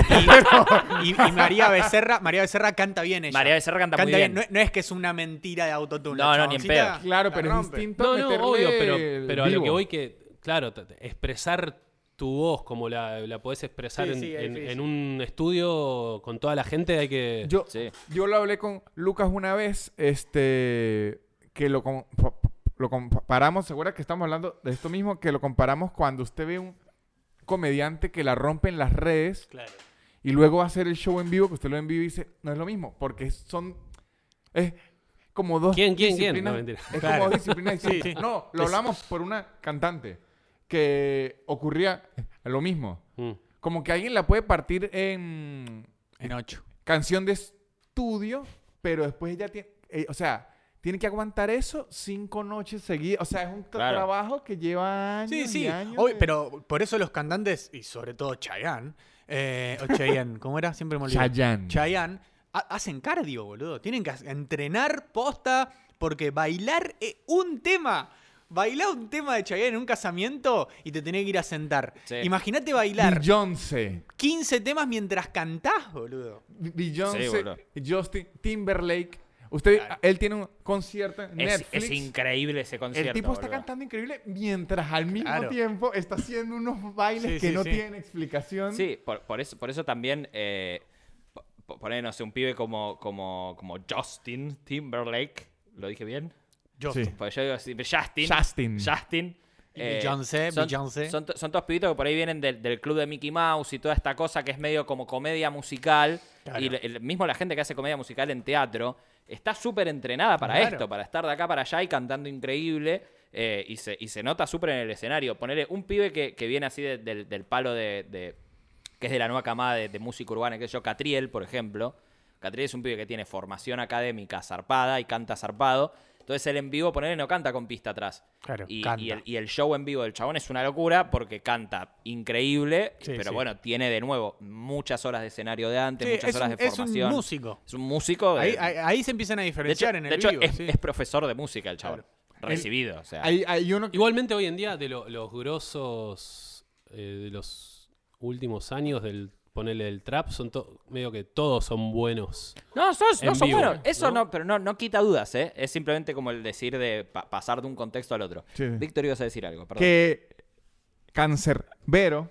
Y, y María Becerra, María Becerra canta bien sea, ella. María Becerra canta, muy bien. No, no es que es una mentira de autotune. No, la no, ni en chaboncita pedo. claro, la pero es rompe. distinto No, no, meterle obvio, pero, el pero a lo vivo. que voy que, claro, t- t- expresar tu voz como la, la podés expresar Sí, en, sí, es en- difícil. en un estudio con toda la gente hay que... Yo, Sí. yo lo hablé con Lucas una vez, este, que lo, com- lo comparamos, segura que estamos hablando de esto mismo, que lo comparamos cuando usted ve un comediante que la rompe en las redes Claro. Y luego va a hacer el show en vivo, que usted lo ve en vivo y dice, no es lo mismo, porque son... Es como dos ¿Quién, quién, quién? disciplinas- No, mentira. Es como dos disciplinas distintas. No, lo hablamos por una cantante que ocurría lo mismo. Mm. Como que alguien la puede partir en En 8. canción de estudio, pero después ella tiene, eh, o sea, tiene que aguantar eso cinco noches seguidas. O sea, es un tra- Claro. trabajo que lleva años. Sí, sí. y años Hoy- de- pero por eso los cantantes, y sobre todo Chayanne, eh, o Chayanne, ¿cómo era? Siempre me olvido. Chayanne. Chayanne, ha- hacen cardio, boludo. Tienen que hac- entrenar posta porque bailar es un tema. Bailar un tema de Chayanne en un casamiento y te tenés que ir a sentar. Sí. Imagínate bailar Beyoncé. 15 temas mientras cantás, boludo. Beyoncé, Sí, boludo. Justin Timberlake. Usted, él tiene un concierto en Es, Netflix. es increíble ese concierto. El tipo está boludo. cantando increíble mientras al mismo Claro. tiempo está haciendo unos bailes Sí, que sí, no sí. tienen explicación. Sí, por, por eso, por eso también, eh, po- po- poner, no sé, un pibe como, como, como Justin Timberlake, ¿lo dije bien? Yo, Sí. Porque yo digo así, Justin. Justin. Justin. Y eh, Beyoncé, son, Beyoncé. Son, to- son todos pibitos que por ahí vienen del, del club de Mickey Mouse y toda esta cosa que es medio como comedia musical. Claro. Y el- el- mismo la gente que hace comedia musical en teatro está súper entrenada para Claro. esto, para estar de acá para allá y cantando increíble. eh, y, se, y se nota súper en el escenario. Ponerle un pibe que, que viene así de- del, del palo de, de- que es de la nueva camada de, de música urbana, que es yo, Catriel, por ejemplo. Catriel es un pibe que tiene formación académica zarpada y canta zarpado. Entonces él en vivo, ponerle, no canta con pista atrás. Claro, y, canta. y el, y el show en vivo del chabón es una locura porque canta increíble, Sí, pero sí. bueno, tiene de nuevo muchas horas de escenario de antes, Sí, muchas es horas un- de es un formación. músico. Es un músico. de- Ahí, ahí- ahí se empiezan a de hecho, diferenciar en el de hecho, vivo, es, sí. es profesor de música el chabón. Recibido, o sea. Hay, hay uno que... Igualmente hoy en día de lo- los grosos eh, de los últimos años del ponerle el trap son to- medio que todos son buenos. No, sos, no en son vivo, buenos. Eso ¿no? no, pero no, no quita dudas, ¿eh? Es simplemente como el decir de pa- pasar de un contexto al otro. Sí. Víctor, ibas a decir algo, perdón. que Cancerbero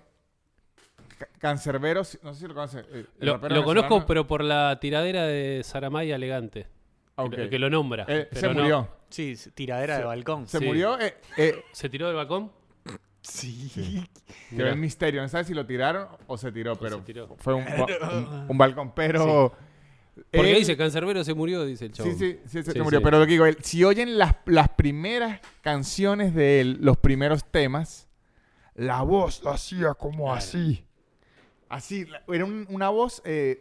Ca- Cancerbero, si- no sé si lo conoces. eh, el Lo, rapero lo conozco, venezolano. pero por la tiradera de Saramaya elegante. Ah, que lo- ok. Que lo nombra. Eh, se pero no. murió. Sí, s- tiradera de balcón. Se Sí. murió. Eh, eh, ¿Se tiró del balcón? Sí. quedó Mirá. en misterio. No sabes si lo tiraron o se tiró, pero se tiró. fue un, ba- un- un balcón. Pero. eh, Porque él- dice, Cancerbero se murió, dice el chabón. Sí, sí, sí, se Sí, se murió. sí. Pero lo que digo, él, si oyen las, las primeras canciones de él, los primeros temas, la voz la hacía como así. Así, la- era un- una voz eh,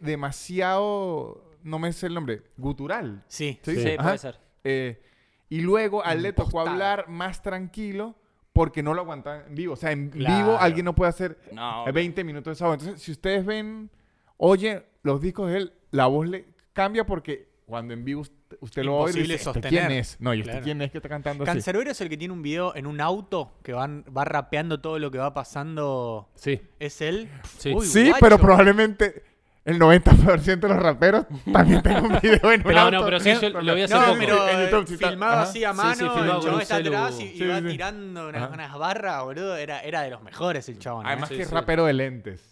demasiado, no me sé el nombre, gutural. Sí. ¿Se Sí. dice? Sí, Ajá. puede ser. Eh, y luego a él le tocó Impostada. hablar más tranquilo porque no lo aguantaban en vivo. O sea, en Claro. vivo alguien no puede hacer No, eh, 20 minutos de esa voz. Entonces, si ustedes ven, oye, los discos de él, la voz le cambia porque cuando en vivo usted, usted lo oye, Imposible dice, "¿Este sostener". ¿quién es? No, ¿y usted Claro. quién es que está cantando así? Cancerbero es el que tiene un video en un auto que van, va rapeando todo lo que va pasando. Sí. ¿Es él? Sí. Sí, guacho. pero probablemente el 90% de los raperos también tengan un video en un Pero no, auto. pero sí, yo lo vi hace No, poco. pero En eh, YouTube, sí, está- filmado ajá. así a Sí, mano, sí, filmado el con un chabón está celu. atrás y, y Sí, va sí. tirando unas, Ajá. unas barras, boludo. Era, era de los mejores el chabón. ¿eh? Además Sí, que es sí. rapero de lentes.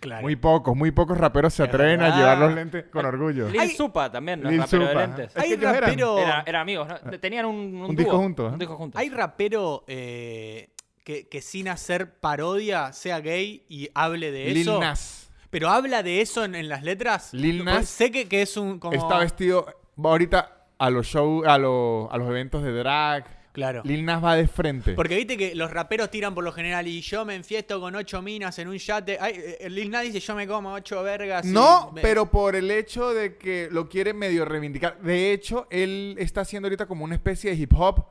claro. Muy pocos, muy pocos raperos se Es atreven a verdad. llevar los lentes con Eh, orgullo. Lil Hay- Supa también, ¿no? Lil Rapero de Supa. lentes. Es que Hay ellos eran. rapero, Era, eran amigos, ¿no? Te- Tenían un, un, Un disco dúo, juntos, ¿eh? Un disco juntos. hay rapero eh, que, que sin hacer parodia sea gay y hable de Lil eso. Nas Pero habla de eso en, en las letras. Lil Porque Nas Sé que, que es un. Como... está vestido, va ahorita a los shows, a, los- a los eventos de drag. Claro. Lil Nas va de frente. Porque viste que los raperos tiran por lo general y yo me enfiesto con ocho minas en un yate. Ay, eh, Lil Nas dice yo me como ocho vergas. y no, me- pero por el hecho de que lo quiere medio reivindicar. De hecho, él está haciendo ahorita como una especie de hip hop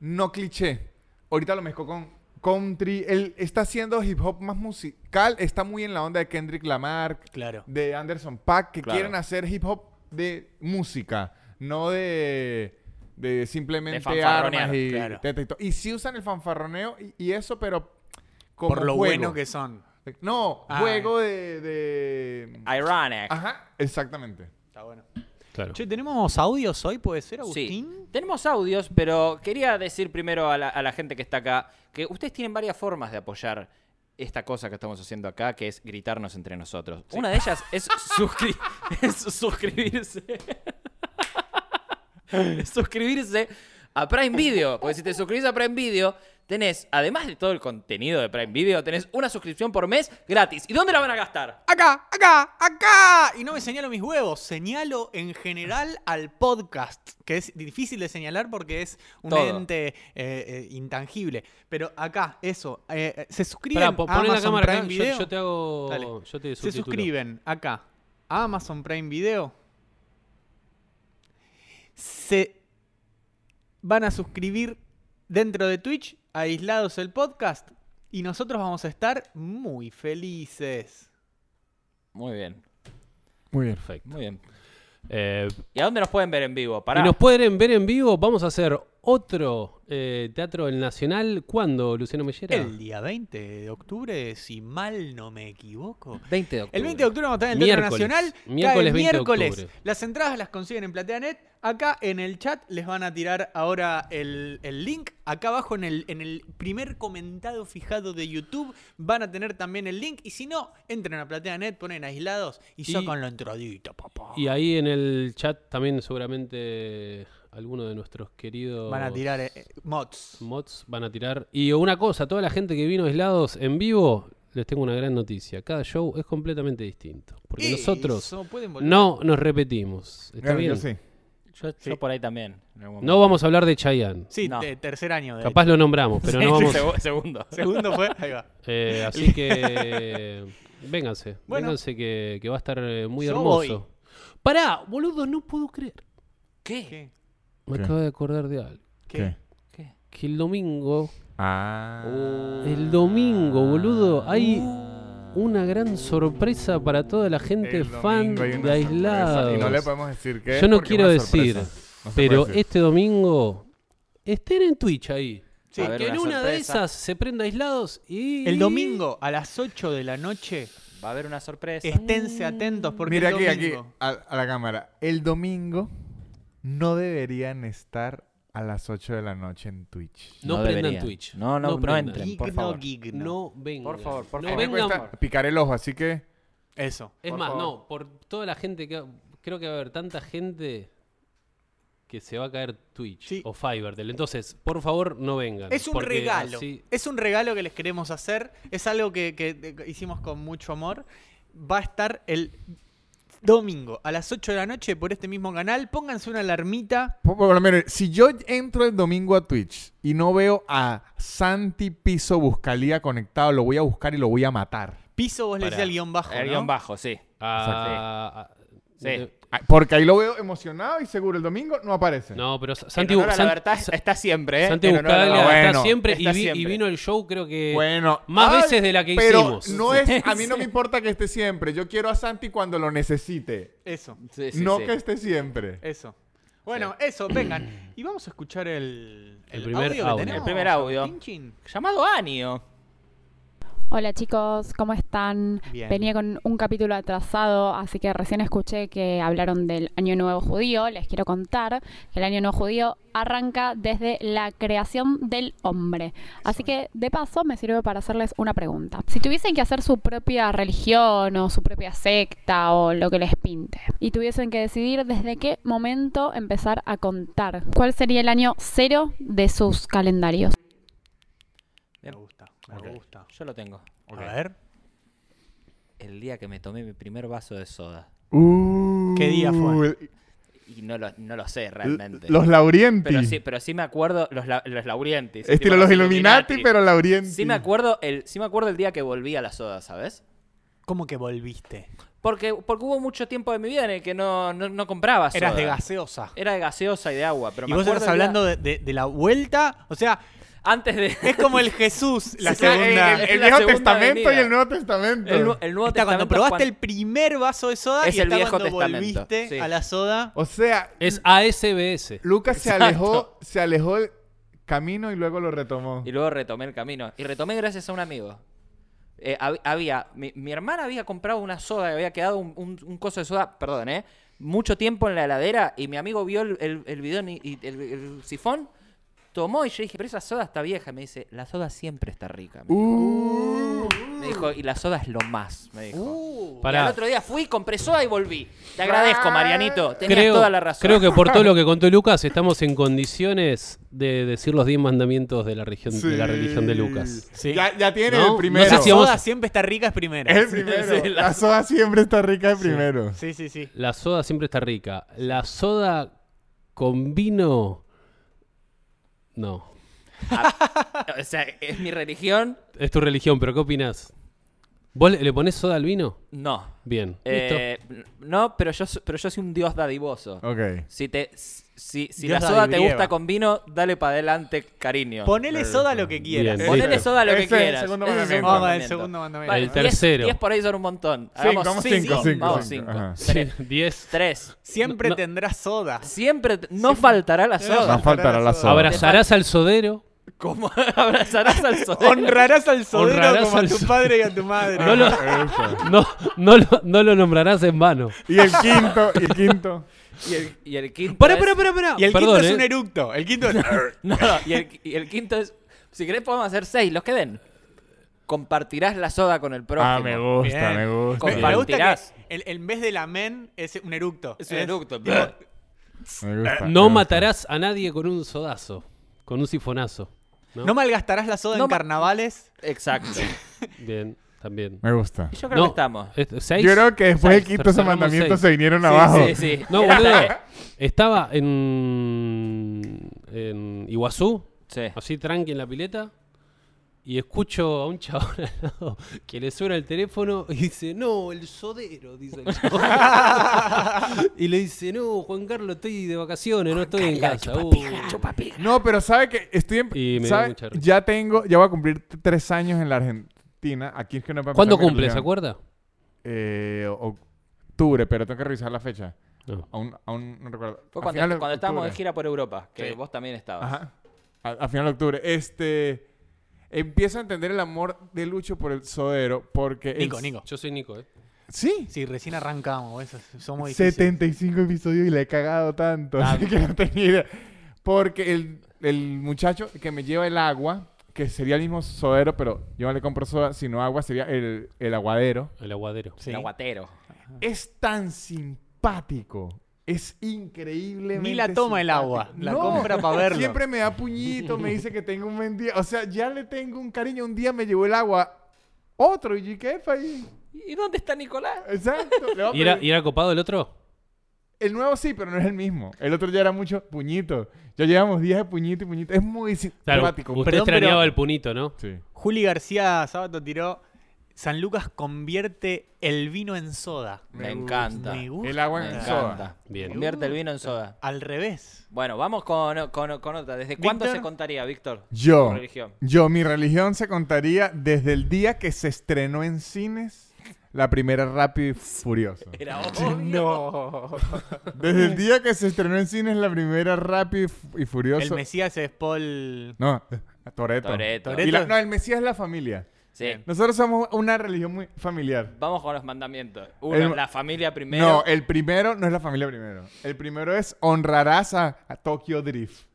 no cliché. Ahorita lo mezcló con country. Él está haciendo hip hop más musical. Está muy en la onda de Kendrick Lamar, Claro. de Anderson Pack, que Claro. quieren hacer hip hop de música, no de, de simplemente De fanfarronear, armas y, claro. teta y todo. Y sí usan el fanfarroneo y, y eso, pero como Por lo juego. bueno que son. No, Ah. juego de, de- Ironic. Ajá, exactamente. Está bueno. Claro. Che, ¿tenemos audios hoy? ¿Puede ser, Sí. Agustín? Tenemos audios, pero quería decir primero a la, a la gente que está acá que ustedes tienen varias formas de apoyar esta cosa que estamos haciendo acá, que es gritarnos entre nosotros. Una de ellas es, suscri- es suscribirse. suscribirse a Prime Video. Porque si te suscribís a Prime Video, tenés, además de todo el contenido de Prime Video, tenés una suscripción por mes gratis. ¿Y dónde la van a gastar? Acá, acá, acá. Y no me señalo mis huevos, señalo en general al podcast, que es difícil de señalar porque es un Todo. ente eh, eh, intangible. Pero acá, eso, eh, eh, se suscriben Pará, po- a poné la Amazon cámara acá, Prime yo, Video. yo te hago. Dale. Yo te se subtitulo. suscriben acá a Amazon Prime Video. Se van a suscribir dentro de Twitch, aislados el podcast, y nosotros vamos a estar muy felices. Muy bien, Muy bien. Perfecto. muy bien. Eh, ¿Y a dónde nos pueden ver en vivo? Pará. Y nos pueden ver en vivo. Vamos a hacer otro eh, Teatro del Nacional. ¿Cuándo, Luciano Mellera? El día 20 de octubre, si mal no me equivoco. 20 de octubre. El 20 de octubre vamos a estar en el Teatro Miércoles. Nacional. Cae Miércoles 20 de miércoles. octubre. Las entradas las consiguen en PlateaNet. Acá en el chat les van a tirar ahora el, el link. Acá abajo en el, en el primer comentado fijado de YouTube van a tener también el link. Y si no, entren a PlateaNet, ponen aislados y, Y- sacan la entradita, papá. Y ahí en el chat también, seguramente, alguno de nuestros queridos. Van a tirar eh, eh, mods. Mods van a tirar. Y una cosa, toda la gente que vino aislados en vivo, les tengo una gran noticia. Cada show es completamente distinto. Porque nosotros Eso, pueden volver. no nos repetimos. ¿Está Claro, yo bien? sí. Yo, yo por ahí también. en algún No momento. vamos a hablar de Chayanne. Sí, No. te- tercer año. De Capaz lo nombramos, pero no vamos. Segu- segundo. Segundo fue. Ahí va. Eh, así que vénganse, Bueno. vénganse que, que va a estar eh, muy Yo hermoso. Pará, boludo, no puedo creer. ¿Qué? ¿Qué? Me ¿Qué? acabo de acordar de algo. ¿Qué? ¿Qué? ¿Qué? Que el domingo, Ah. el domingo, boludo, hay una gran sorpresa para toda la gente El fan domingo hay una de aislados. sorpresa. Y no le podemos decir qué. Yo no porque es quiero una decir, sorpresa. No se Pero puede decir. este domingo estén en Twitch ahí. Sí, A ver, que en una una de sorpresa. esas se prenda aislados y El domingo a las 8 de la noche Va a haber una sorpresa. Esténse atentos porque Mira el aquí, aquí, domingo- a, a la cámara. El domingo no deberían estar a las 8 de la noche en Twitch. no, No prendan debería. Twitch. No, no, no prendan. entren. Gigno, por favor. gigno. No vengan. Por favor, por No A mí favor. me vengan cuesta picar el ojo, así que Eso. Es Por más, favor. no, por toda la gente que. Creo que va a haber tanta gente que se va a caer Twitch Sí. o Fivertel. Entonces, por favor, no vengan. Es un porque regalo. así- Es un regalo que les queremos hacer. Es algo que, que, que hicimos con mucho amor. Va a estar el domingo a las 8 de la noche por este mismo canal. Pónganse una alarmita. Por- por lo menos, si yo entro el domingo a Twitch y no veo a Santi Piso Buscalía conectado, lo voy a buscar y lo voy a matar. Piso vos le Pará. decís al guión bajo. El ¿no? guión bajo, sí. Ah, Sí. ah, Ah, Porque ahí lo veo emocionado y seguro el domingo no aparece. No, pero Sa- Santi, Santi, en honor a la San- verdad Sa- está siempre, ¿eh? Santi En honor a la Buscaglia verdad. está Bueno, siempre y está vi- y siempre. vino el show, creo que. Bueno, Más ay, veces de la que pero hicimos. No es, a mí no me importa que esté siempre. Yo quiero a Santi cuando lo necesite. Eso, Sí, sí, no sí. que esté siempre. eso. Bueno, eso, vengan. Y vamos a escuchar el, El primer audio que audio. tenemos. El primer audio. Chin, chin. Llamado Anio. Hola chicos, ¿cómo están? Bien. Venía con un capítulo atrasado, así que recién escuché que hablaron del Año Nuevo Judío. Les quiero contar que el Año Nuevo Judío arranca desde la creación del hombre. Así que de paso me sirve para hacerles una pregunta. Si tuviesen que hacer su propia religión o su propia secta o lo que les pinte y tuviesen que decidir desde qué momento empezar a contar, ¿cuál sería el año cero de sus calendarios? Me gusta, me Ok. gusta. Yo lo tengo. A ver. El día que me tomé mi primer vaso de soda. Uh, ¿Qué día fue? Y no lo, no lo sé realmente. Los Laurienti. pero sí, pero sí me acuerdo los, la- los laurientis. Estilo tipo los Illuminati, pero Laurienti. Sí me acuerdo el, sí me acuerdo el día que volví a la soda, ¿sabes? ¿Cómo que volviste? Porque, porque hubo mucho tiempo de mi vida en el que no, no, no compraba soda. Eras de gaseosa. Era de gaseosa y de agua. Pero Y me vos acuerdo estás el día- hablando de, de- de la vuelta, o sea, Antes de... es como el Jesús, la O sea, segunda. El, el Es la Viejo segunda Testamento venida. y el Nuevo Testamento. El, nu- el Nuevo Está cuando Testamento probaste cuando- el primer vaso de soda Es y el está Viejo cuando Testamento, volviste sí. a la soda. O sea, Es ASBS. Lucas se Exacto. alejó, se alejó del camino y luego lo retomó. Y luego retomé el camino. Y retomé gracias a un amigo. Eh, hab- había, mi, mi hermana había comprado una soda, había quedado un, un- un coso de soda, perdón, ¿eh? Mucho tiempo en la heladera y mi amigo vio el, el, el bidón y, y el, el sifón, to- tomó y yo dije, pero esa soda está vieja. Me dice, la soda siempre está rica. Me, Uh. me dijo, y la soda es lo más, me dijo. Uh. Y Pará. al otro día fui, compré soda y volví. Te agradezco, Marianito. Tenías Creo, toda la razón. creo que por todo lo que contó Lucas estamos en condiciones de decir los 10 mandamientos de la, religión, de la Sí. religión de Lucas. Sí. Ya, ya tiene No, el no primero. sé La si vamos- soda siempre está rica es primero. El primero. Sí, la- la soda siempre está rica de primero. Sí, sí, sí. La soda siempre está rica. La soda con vino... No. O sea, es mi religión. Es tu religión, pero ¿qué opinas? ¿Vos le, le ponés soda al vino? No. Bien. Listo. Eh, no, pero yo, so- pero yo soy un dios dadivoso. Ok. Si, te, si, si Dios la soda te dadivrieva. gusta con vino, dale para adelante, cariño. Ponele soda a lo que quieras. Bien. Ponele Listo. soda a lo que Ese es el quieras. segundo Ese es el mandamiento. Vamos al segundo mandamiento. El tercero. 10 por ahí son un montón. Cinco, Hagamos vamos cinco, cinco, cinco, Vamos 5. cinco. Ajá. Sí, 10. 3. Siempre No- tendrás soda. Siempre te- no faltará la No soda. faltará la soda. Abrazarás al sodero. Como abrazarás al sodero. Honrarás al sodero Honrarás como al a tu so- padre y a tu madre. No lo, Eso. no, no lo, no lo nombrarás en vano. Y el quinto, y el quinto. Y el, y el quinto. Pará, es- pará, pará, pará. Y el Perdón, quinto es eh. un eructo. El quinto es. No, no, y, el, y el quinto es. Si querés, podemos hacer 6, los que den. Compartirás la soda con el prójimo. Ah, me gusta, Bien. me gusta. Me, me gusta que Compartirás. el- en vez del amén es un eructo. Es un Es- eructo. Me gusta, me Eh, No gusta. matarás a nadie con un sodazo, con un sifonazo. ¿no? No malgastarás la soda No en ma- carnavales. Exacto. Bien, también. Me gusta. Y yo creo que estamos. est- seis. Yo creo que después del Seis, quinto ese cerramos mandamiento seis. se vinieron Sí, abajo. Sí, sí. No, Era boludo. tres. Estaba en, en Iguazú, Sí. así tranqui en la pileta, y escucho a un chabón al lado que le suena el teléfono y dice, no, el sodero, dice el chabón. y le dice, no, Juan Carlos, estoy de vacaciones, no estoy en casa. uh". No, pero sabe que estoy en- Y me dio sabe, mucha risa. Ya tengo, ya voy a cumplir t- tres años en la Argentina. Aquí es que no va a ¿Cuándo empezar mi cumple, se religión. acuerda? Eh, o- octubre, pero tengo que revisar la fecha. No. Aún, aún no recuerdo. Fue A cuando, finales de cuando estábamos octubre. en gira por Europa, que Sí. vos también estabas. Ajá. A, a final de octubre. Este. Empiezo a entender el amor de Lucho por el sodero. Porque. el- Nico, Nico. Yo soy Nico, ¿eh? Sí. Sí, recién arrancamos. Eso, somos difíciles. 75 episodios y le he cagado tanto. así que no tenía idea. Porque el, el muchacho que me lleva el agua, que sería el mismo sodero, pero yo no le compro soda, sino agua, sería el, el aguadero. El aguadero. Sí. El aguatero. Es tan simpático. Es increíblemente. Ni la toma el simpático. agua, la No, compra para verlo. Siempre me da puñito, me dice que tengo un buen día. O sea, ya le tengo un cariño. Un día me llevó el agua. Otro, y yo, ¿qué fue ahí? ¿Y dónde está Nicolás? Exacto. Le voy a ¿Y era, pedir- y era copado el otro? El nuevo sí, pero no es el mismo. El otro ya era mucho puñito. Ya llevamos 10 de puñito y puñito. Es muy Claro, simpático. usted Perdón, extrañaba pero- el punito, ¿no? Sí. Juli García Sábato tiró. San Lucas convierte el vino en soda. Me, encanta. Me gusta. El agua Me en encanta. soda. Bien. Convierte el vino en soda. Al revés. Bueno, vamos con, con- con otra. ¿Desde cuándo Víctor. se contaría, Víctor? Yo, Tu religión. yo, mi religión se contaría desde el día que se estrenó en cines la primera Rápido y Furioso. Era obvio. No. Desde el día que se estrenó en cines la primera Rápido y Fu- y El Furioso. Mesías es Paul. No, Toreto. Toretto. Toretto. no, el Mesías es la familia. Sí. Nosotros somos una religión muy familiar. Vamos con los mandamientos. Uno, El- la familia primero. No, el primero no es la familia primero. El primero es honrarás a, a Tokyo Drift.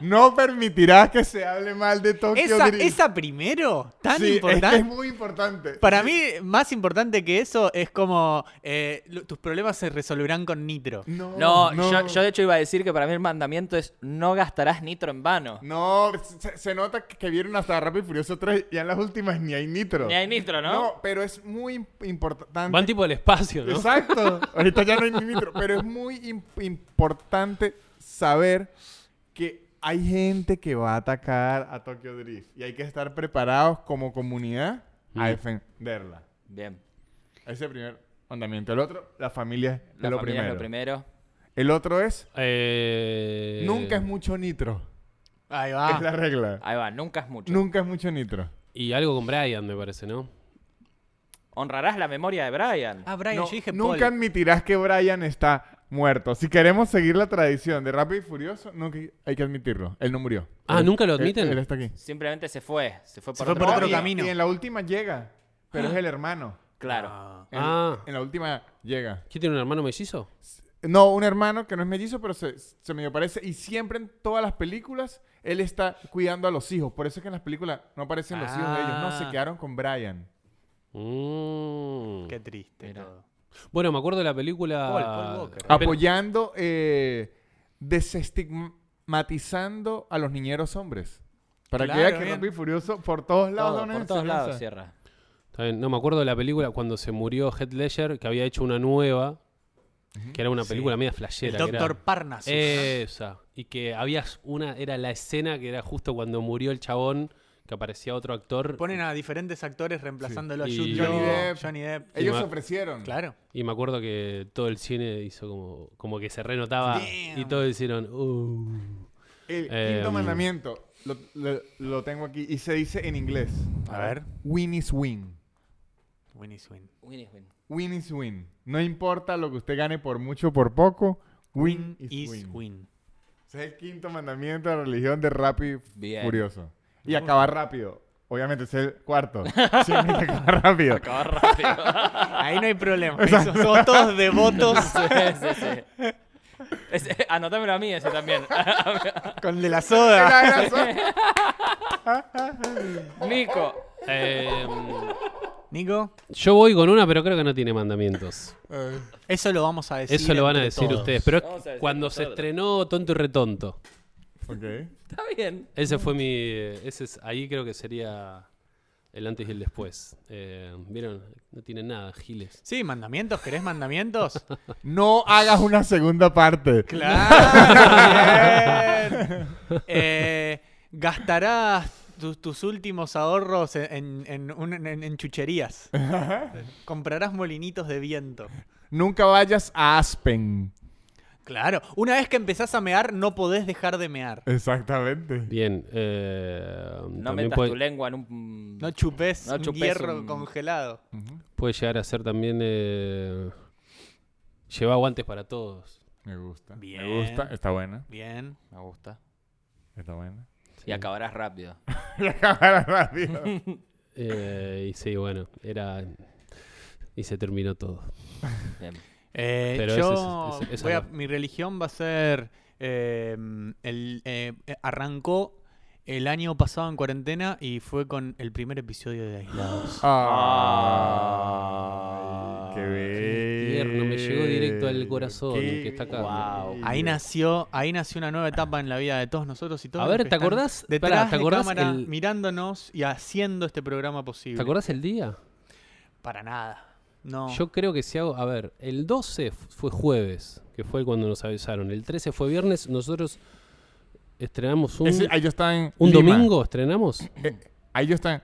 no permitirás que se hable mal de Tokyo ¿Esa, Drift. esa primero? ¿Tan Sí, es que importante? es muy importante. Para mí, más importante que eso es como eh, lo- tus problemas se resolverán con nitro. No, No, Yo, yo de hecho iba a decir que para mí el mandamiento es no gastarás nitro en vano. No, se, se nota que, que vieron hasta Rápido y Furioso 3 y en las últimas ni hay nitro. Ni hay nitro, ¿no? No, pero es muy imp- importante. Van tipo al espacio, ¿no? Exacto. Ahorita ya no hay ni nitro. Pero es muy im- importante saber que hay gente que va a atacar a Tokyo Drift. Y hay que estar preparados como comunidad Mm. a defenderla. Bien. Ese es el primer mandamiento. El otro, la familia es La lo familia primero. es lo primero. El otro es, Eh, nunca es mucho nitro. Ahí Es la va. regla. Ahí va, nunca es mucho. Nunca es mucho nitro. Y algo con Brian, me parece, ¿no? Honrarás la memoria de Brian. Ah, Brian, No, yo dije nunca Paul. admitirás que Brian está muerto. Si queremos seguir la tradición de Rápido y Furioso, nunca hay que admitirlo. Él no murió. Ah, Él- ¿nunca lo él- admiten? Él, está aquí. Simplemente se fue. Se fue por, fue otro, por otro y- camino. camino. Y en la última llega, pero es el hermano. Claro. En, Ah. en la última llega. ¿Quién tiene un hermano mellizo? No, un hermano que no es mellizo, pero se, se medio parece. Y siempre en todas las películas, él está cuidando a los hijos. Por eso es que en las películas no aparecen los hijos de ellos. No, se Ah. quedaron con Brian. Mm. Qué triste todo. Bueno, me acuerdo de la película. Paul, Oh, Paul Walker. Ah, pero- Apoyando, eh, desestigmatizando a los niñeros hombres. Para Claro, que vea que bien. Rápido y Furioso por todos lados. Todo, da una por todos lados enseñanza. cierra. Está bien, No me acuerdo de la película cuando se murió Heath Ledger, que había hecho una nueva, que era una Sí. película media El flashera. que era- Doctor Parnassus. Eh, Esa. Y que había una, era la escena que era justo cuando murió el chabón, que aparecía otro actor. Ponen a diferentes actores reemplazándolo Y- a Jude Johnny Law, Depp. Johnny Depp. Ellos Sí, se ma- ofrecieron. Claro. Y me acuerdo que todo el cine hizo como, como que se renotaba Damn. y todos hicieron. "Uh". El Eh, quinto mm. mandamiento lo, lo- lo tengo aquí y se dice en inglés. A ver. Win is win. Win is win. Win is win. Win is win. No importa lo que usted gane por mucho o por poco. Win, is, win. Ese es el quinto mandamiento de la religión de Rápido y Bien. Furioso. Y acabar rápido. Obviamente ese es el cuarto. Siempre hay que acabar rápido. Acabó rápido. Ahí no hay problema. Eso- Somos todos devotos sí, sí, sí. Ese- anotámelo a mí ese también. con de la soda. Nico. Eh, Nico, yo voy con una, pero creo que no tiene mandamientos. eso lo vamos a decir. Eso lo van entre a decir todos. ustedes. Pero Vamos a decir cuando se nosotros. estrenó Tonto y Retonto. Ok. Está bien. Ese fue mi. Ese es, ahí creo que sería el antes y el después. Eh, ¿Vieron? No tienen nada, Giles. Sí, mandamientos. ¿Querés mandamientos? No hagas una segunda parte. Claro. bien. Eh, gastarás tus, tus últimos ahorros en, en- en un- en- en chucherías. Comprarás molinitos de viento. Nunca vayas a Aspen. Claro. Una vez que empezás a mear, no podés dejar de mear. Exactamente. Bien. eh, No también metas puede, tu lengua en un. No chupes No un chupes hierro un- congelado. puede llegar a ser también. eh, llevar guantes para todos. Me gusta. Bien. Me gusta. Está buena. Bien. Me gusta. Está buena. Y acabarás rápido. Y acabar rápido. Eh, y sí, bueno, era. Y se terminó todo. Bien. Eh, Pero yo, ese es- ese- esa voy a- no. mi religión va a ser, eh, el, eh, eh, arrancó el año pasado en cuarentena y fue con el primer episodio de Aislados. Ah, qué tierno, me llegó directo al bello, corazón, qué el que está acá. bello. Ahí nació, ahí nació una nueva etapa en la vida de todos nosotros y todos A los ver, que ¿te están acordás? detrás Pará, ¿te de acordás cámara el- mirándonos y haciendo este programa posible. ¿Te acordás el día? Para nada. No. Yo creo que si hago. A ver, el 12 f- fue jueves, que fue cuando nos avisaron. El 13 fue viernes. Nosotros estrenamos un. Ese- ahí yo estaba en ¿Un Lima. domingo estrenamos? Eh, ahí yo estaba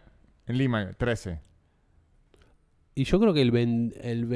en Lima, 13. Y yo creo que el, ven- el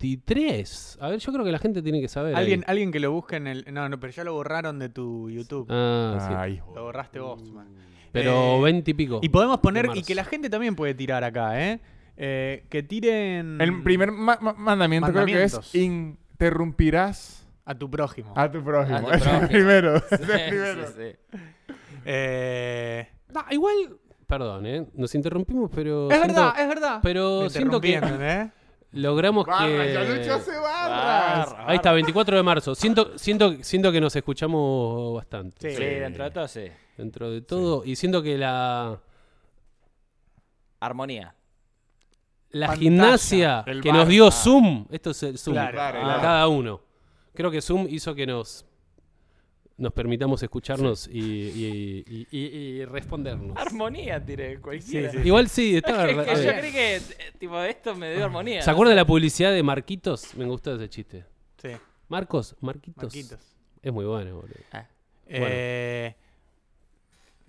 23. A ver, yo creo que la gente tiene que saber. ahí. alguien, alguien que lo busque en el. No, no, pero ya lo borraron de tu YouTube. Ah, Ay, Lo joder. borraste vos, man. sí. Pero Eh, 20 y pico. Y podemos poner, y marzo. que la gente también puede tirar acá, ¿eh? Eh, que Mm. tiren El primer ma- ma- mandamiento creo que es Mandamientos. interrumpirás a tu prójimo. a tu prójimo. A tu es el prójimo. primero. es el Sí, primero. sí, sí. Eh, Ah, igual. Perdón, ¿eh? Nos interrumpimos, pero. es siento- verdad, es verdad. Pero Me siento que interrumpieron, ¿eh? logramos Barra, ya Lucho que. hace barras. Barra, Ahí está, 24 de marzo. Siento, siento, siento que nos escuchamos bastante. Sí. Sí, dentro de todo, sí. Dentro de todo. Y siento que la. Armonía. La Pantalla, gimnasia el que bar. nos dio Zoom. Esto es el Zoom. Claro. Claro, a claro. Cada uno. Creo que Zoom hizo que nos nos permitamos escucharnos y, y- y- y- y respondernos. Armonía, tiré cualquiera. Sí, sí. Igual sí, estaba. Es que yo eh, creí que, eh, tipo, esto me dio armonía. ¿Se acuerdan de la publicidad de Marquitos? Me gusta ese chiste. Sí, Marcos, Marquitos. Marquitos. Es muy bueno, boludo. Eh,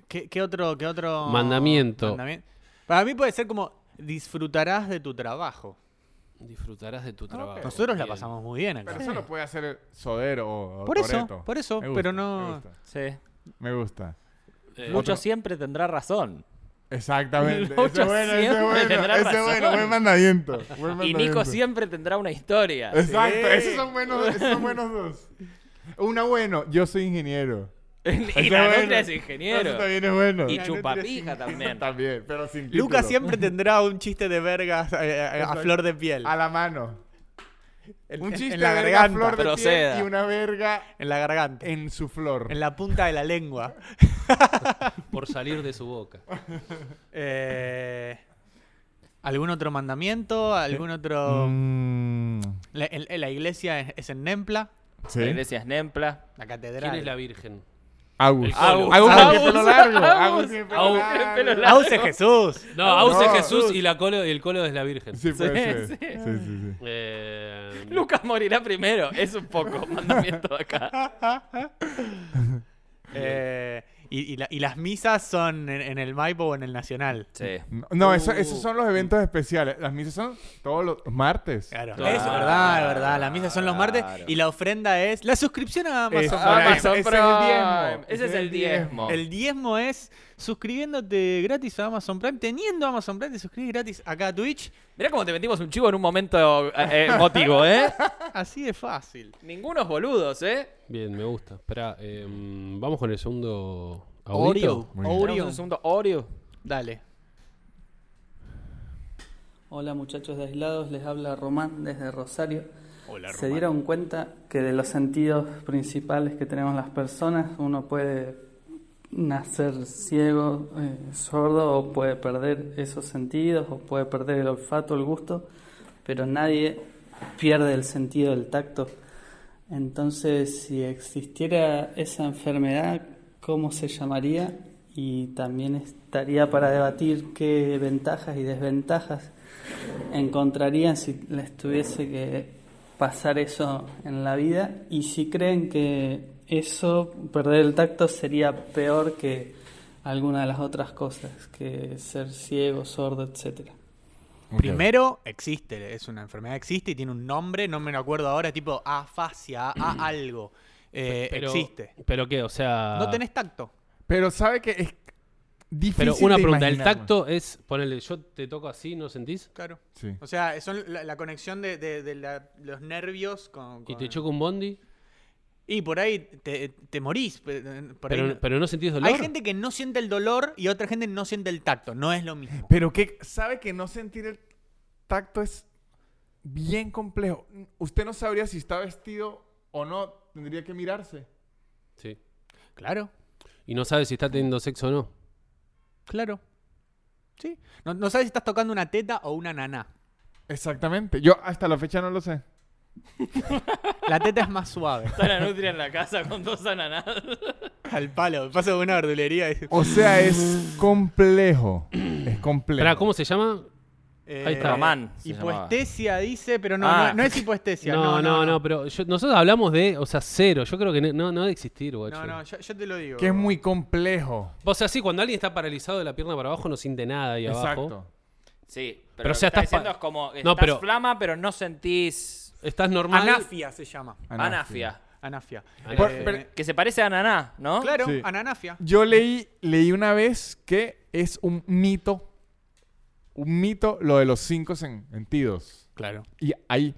¿qué, qué otro, qué otro Mandamiento. mandami- Para mí puede ser como disfrutarás de tu trabajo. Disfrutarás de tu trabajo. Nosotros la Ah, Bien. pasamos muy bien acá. Pero eso lo puede hacer el Sodero o o Por eso, Toretto. por eso, Me gusta, pero no- Me gusta. Sí. Me gusta. Eh, Lucho siempre tendrá razón. Exactamente. Lucho Ese es bueno, ese es siempre bueno. tendrá Ese es bueno. razón. Buen mandamiento. buen Y mandamiento. Nico siempre tendrá una historia. Exacto, esos son buenos, esos son buenos dos. Una bueno, yo soy ingeniero. y Ese la bueno. otra es Eso ingeniero. también es bueno. Y chupapija también. También, pero sin título. Lucas siempre tendrá un chiste de vergas eh, eh, a Exacto. flor de piel. A la mano. En- Un en- chiste en la de verga garganta. flor de piel Proceda. y una verga En la garganta. En... en su flor. la punta de la lengua. Por salir de su boca. Eh, ¿Algún otro mandamiento? ¿Algún otro...? Eh, Mm, La, en- en la iglesia es, es en Nempla, ¿Sí? La iglesia es Nempla. la catedral. ¿Quién es la Virgen? Ah, Agus. El colo. Agus con el Agus, pelo largo. Agus, Ah, Agus con el pelo Agus. largo. Pelo Auce Jesús. No, Aus es no. Jesús y la colo, el colo es la Virgen. Sí, puede Sí, ser. Sí, sí, sí. Eh, Lucas morirá primero. Es un poco mandamiento de acá. Eh, y, y la- y las misas son en, en el Maipo o en el Nacional. Sí. No, No, eso- esos son los eventos especiales. Las misas son todos los martes. Claro. Claro. Eso, verdad, verdad. Las misas son los martes Claro. y la ofrenda es la suscripción a Amazon. Eso, Prime. Amazon. ese es el diezmo. Prime. Ese es el Oh. diezmo. El diezmo es suscribiéndote gratis a Amazon Prime. Teniendo Amazon Prime, te suscribes gratis acá a Twitch. Mirá cómo te metimos un chivo en un momento eh, emotivo, ¿eh? Así de fácil. Ningunos boludos, ¿eh? bien, me gusta. Espera, vamos con el segundo Oreo. audito. Muy bien. Tenemos Oreo. un segundo Oreo. Dale. Hola muchachos de aislados, les habla Román desde Rosario. ¿Se dieron cuenta que de los sentidos principales que tenemos las personas, uno puede nacer ciego, eh, sordo, o puede perder esos sentidos, o puede perder el olfato, el gusto, pero nadie pierde el sentido del tacto. Entonces, si existiera esa enfermedad, ¿cómo se llamaría? Y también estaría para debatir qué ventajas y desventajas encontrarían si les tuviese que pasar eso en la vida y si creen que eso, perder el tacto, sería peor que alguna de las otras cosas, que ser ciego, sordo, etcétera. Primero, existe, es una enfermedad, existe y tiene un nombre, no me lo acuerdo ahora, tipo afasia, Mm. a algo. Eh, existe. ¿Pero qué? O sea. No tenés tacto. Pero sabe que es difícil Pero una de pregunta, ¿el imaginar. tacto es. Ponele, yo te toco así, ¿no sentís? Claro. Sí. O sea, son la, la conexión de, de- de la- los nervios con, Y con- te choca un bondi, Y por ahí te, te morís. pero- por ahí pero, no. pero no sentís dolor. Hay gente que no siente el dolor y otra gente no siente el tacto. No es lo mismo. Pero que sabe que no sentir el tacto es bien complejo. Usted no sabría si está vestido o no. Tendría que mirarse. Sí. Claro, Y no sabes si está teniendo sexo o no. claro. Sí. No, no sabes si estás tocando una teta o una naná. Exactamente. Yo hasta la fecha no lo sé. La teta es más suave. Está la nutria en la casa con dos ananas. Al palo. Paso de una verdulería. y- O sea, es complejo. Es complejo. Pará, ¿cómo se llama? Ahí está. Román se eh, Hipoestesia dice, pero no, Ah. no, no es hipoestesia. No, no, no, pero yo- nosotros hablamos de, o sea, cero. Yo creo que ne- no, no debe existir, guacho. No, no, yo, yo te lo digo. Que es muy complejo. O sea, sí, cuando alguien está paralizado de la pierna para abajo no siente nada ahí abajo. Exacto. Sí, pero, Pero, o lo sea, que está estás pa- diciendo es como No, estás pero- flama, pero no sentís Estás normal. Anafia se llama. anafia. Anafia. Por- Eh, pero- Que se parece a ananá, ¿no? Claro, Sí. ananafia. Yo leí, leí una vez que es un mito. Un mito lo de los cinco sen- sentidos. Claro. Y hay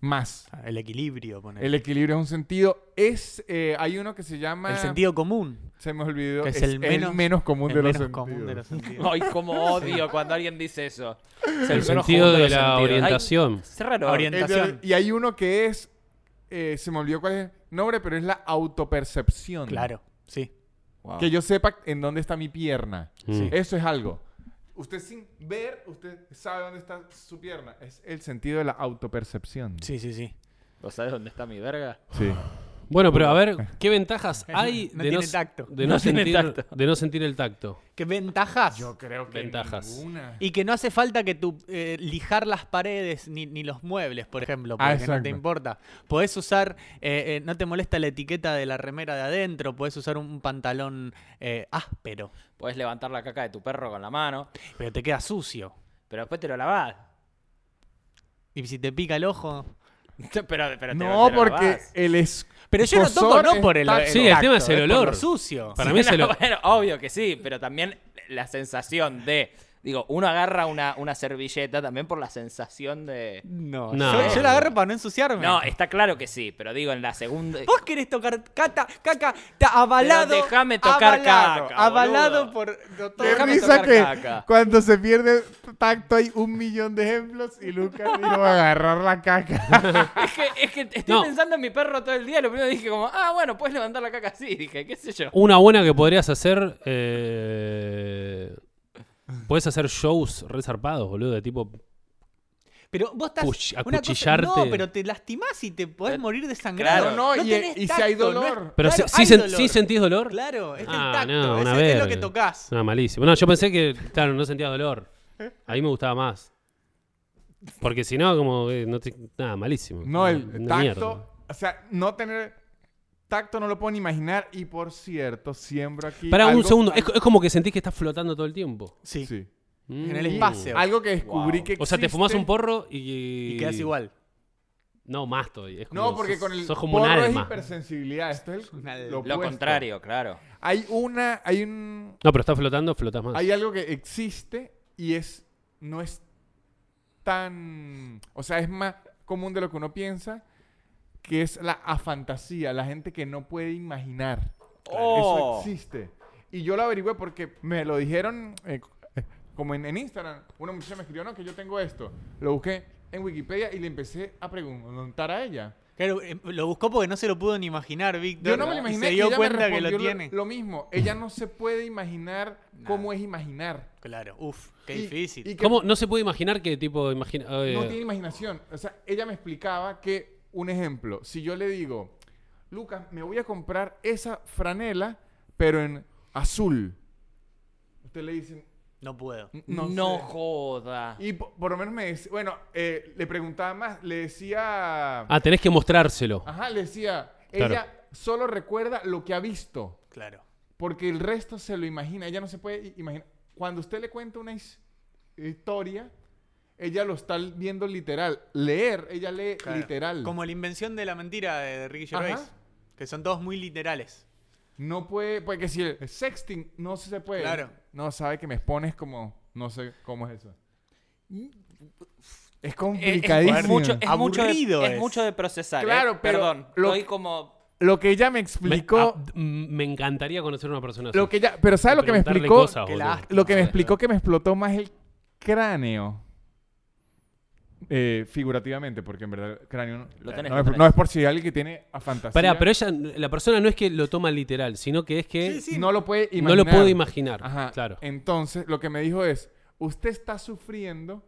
más. Ah, El equilibrio, poner. El equilibrio es un sentido. Es, eh, hay uno que se llama. El sentido común. Se me olvidó. que es el menos- común, el de, menos los común de los sentidos. sentidos. Ay, cómo odio cuando alguien dice eso. Es El menos sentido común de los la sentidos. Ay, orientación. es raro. Orient- El de- Orientación. y hay uno que es. eh, se me olvidó cuál es el nombre, pero es la autopercepción. Claro, sí. Wow. Que yo sepa en dónde está mi pierna. Sí. Eso es algo. Usted sin ver, usted sabe dónde está su pierna. Es el sentido de la autopercepción. Sí, sí, sí. ¿Vos sabés dónde está mi verga? Sí. Bueno, pero a ver, ¿qué ventajas hay No de, tiene s- tacto. de no, No tiene sentir, tacto. de no sentir el tacto? ¿Qué ventajas? Yo creo que Ventajas. ninguna. Y que no hace falta que tú eh, lijar las paredes ni, ni los muebles, por ejemplo, Ah, porque no exacto. te importa. Podés usar, eh, eh, no te molesta la etiqueta de la remera de adentro, podés usar un pantalón eh, áspero, Podés levantar la caca de tu perro con la mano, pero te queda sucio. pero después te lo lavás. Y si te pica el ojo. Pero, pero te, No, te lo porque lavás. el es. Pero yo no toco Cosor no es por el, tacto. Sí, el tema es el por lo olor. sucio. Para mí se No, lo... bueno, obvio que sí, pero también la sensación de Digo, uno agarra una, una servilleta también por la sensación de. No, No. Yo, yo la agarro para no ensuciarme. No, eh. está claro que sí, pero digo, en la segunda. Vos querés tocar cata, caca, está avalado. Pero déjame tocar avalado, caca, Avalado boludo. por. doctor- Qué Déjame risa tocar que caca. cuando se pierde tacto hay un millón de ejemplos y Lucas dijo agarrar la caca. Es que, es que estoy No. pensando en mi perro todo el día. y Lo primero dije, como, ah, bueno, puedes levantar la caca así. Dije, qué sé yo. Una buena que podrías hacer. Eh, puedes hacer shows resarpados, boludo, de tipo. Pero vos estás. Cuch- una cosa- acuchillarte. no, pero te lastimás y te podés morir de sangre. Claro, Eh, no, y- e, y si hay dolor. Pero si, sí sen- sí sentís dolor. Claro, es Ah, el tacto. no, una es, es lo verga. que tocas. No, malísimo. No, yo pensé que, claro, no sentía dolor. A mí me gustaba más. Porque si no, como que no te- nada, malísimo. No, el Una tacto. mierda. O sea, no tener tacto no lo puedo ni imaginar. Y por cierto, siembro aquí. Pará algo- un segundo, es, es como que sentís que estás flotando todo el tiempo. Sí. Sí. En el Mm. espacio. Algo que descubrí Wow. que. O sea, te existe. fumás un porro y. Y quedás igual. No, más todavía. Es como- No, porque sos- con el Sos como un porro es alma. hipersensibilidad. Esto es el- Una- lo, lo Lo opuesto. contrario, claro. Hay una, hay un, No, pero estás flotando, flotas más. hay algo que existe y es no es tan, o sea, es más común de lo que uno piensa, que es la afantasía, la gente que no puede imaginar. Oh. Eso existe. Y yo lo averigüé porque me lo dijeron eh, como en, en Instagram. Una muchacha me escribió, no, que yo tengo esto. Lo busqué en Wikipedia y le empecé a preguntar a ella. Claro, eh, lo buscó porque no se lo pudo ni imaginar, Víctor. Yo no me lo Y imaginé. Se y dio ella me cuenta que lo respondió tiene. Lo mismo. Ella no se puede imaginar cómo es imaginar. Claro, uff, qué Y- difícil. y que ¿Cómo? No se puede imaginar que tipo. Imagina, eh, No tiene imaginación. O sea, ella me explicaba que, un ejemplo, si yo le digo, Lucas, me voy a comprar esa franela, pero en azul. Usted le dice, No puedo. no, No, sé". joda. Y po- por, lo menos me decía, bueno, eh, le preguntaba más, le decía, Ah, tenés que mostrárselo. ajá, le decía, Claro. ella solo recuerda lo que ha visto. Claro. Porque el resto se lo imagina. Ella no se puede i- imaginar. Cuando usted le cuenta una his- historia, ella lo está viendo literal. Leer, ella lee claro. literal. Como la invención de la mentira de Ricky Gervais. Ajá. Que son todos muy literales. No puede. Porque si el sexting no se puede. Claro. No sabe que me expones como. No sé cómo es eso. Es complicadísimo. Mm, Es mucho, es, mucho de, Aburrido es es. mucho de procesar. ¿eh? Claro, pero Perdón, lo- estoy como. Lo que ella me Me, explicó. ah, mm, me encantaría conocer a una persona así. lo que ella, pero ¿sabe lo que me Preguntarle explicó? cosas, que boludo. la- Lo que me explicó que me explotó más el cráneo. Eh, figurativamente, porque en verdad el cráneo no, Lo tenés, no lo es, tenés. no es por si alguien que tiene a fantasía Pará, pero ella, la persona no es que lo toma literal, sino que es que Sí, sí. no lo puede imaginar. no lo puedo imaginar. Ajá. Eh. Claro. Entonces, lo que me dijo es, usted está sufriendo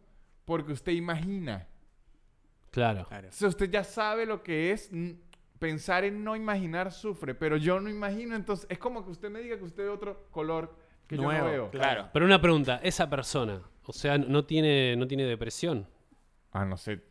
porque usted imagina. Claro. Claro. O sea, usted ya sabe lo que es n- pensar en no imaginar sufre, pero yo no imagino, entonces es como que usted me diga que usted ve otro color que yo no Nuevo, veo. Claro. Pero una pregunta, esa persona, o sea, no tiene, no tiene depresión, Ah, no sé.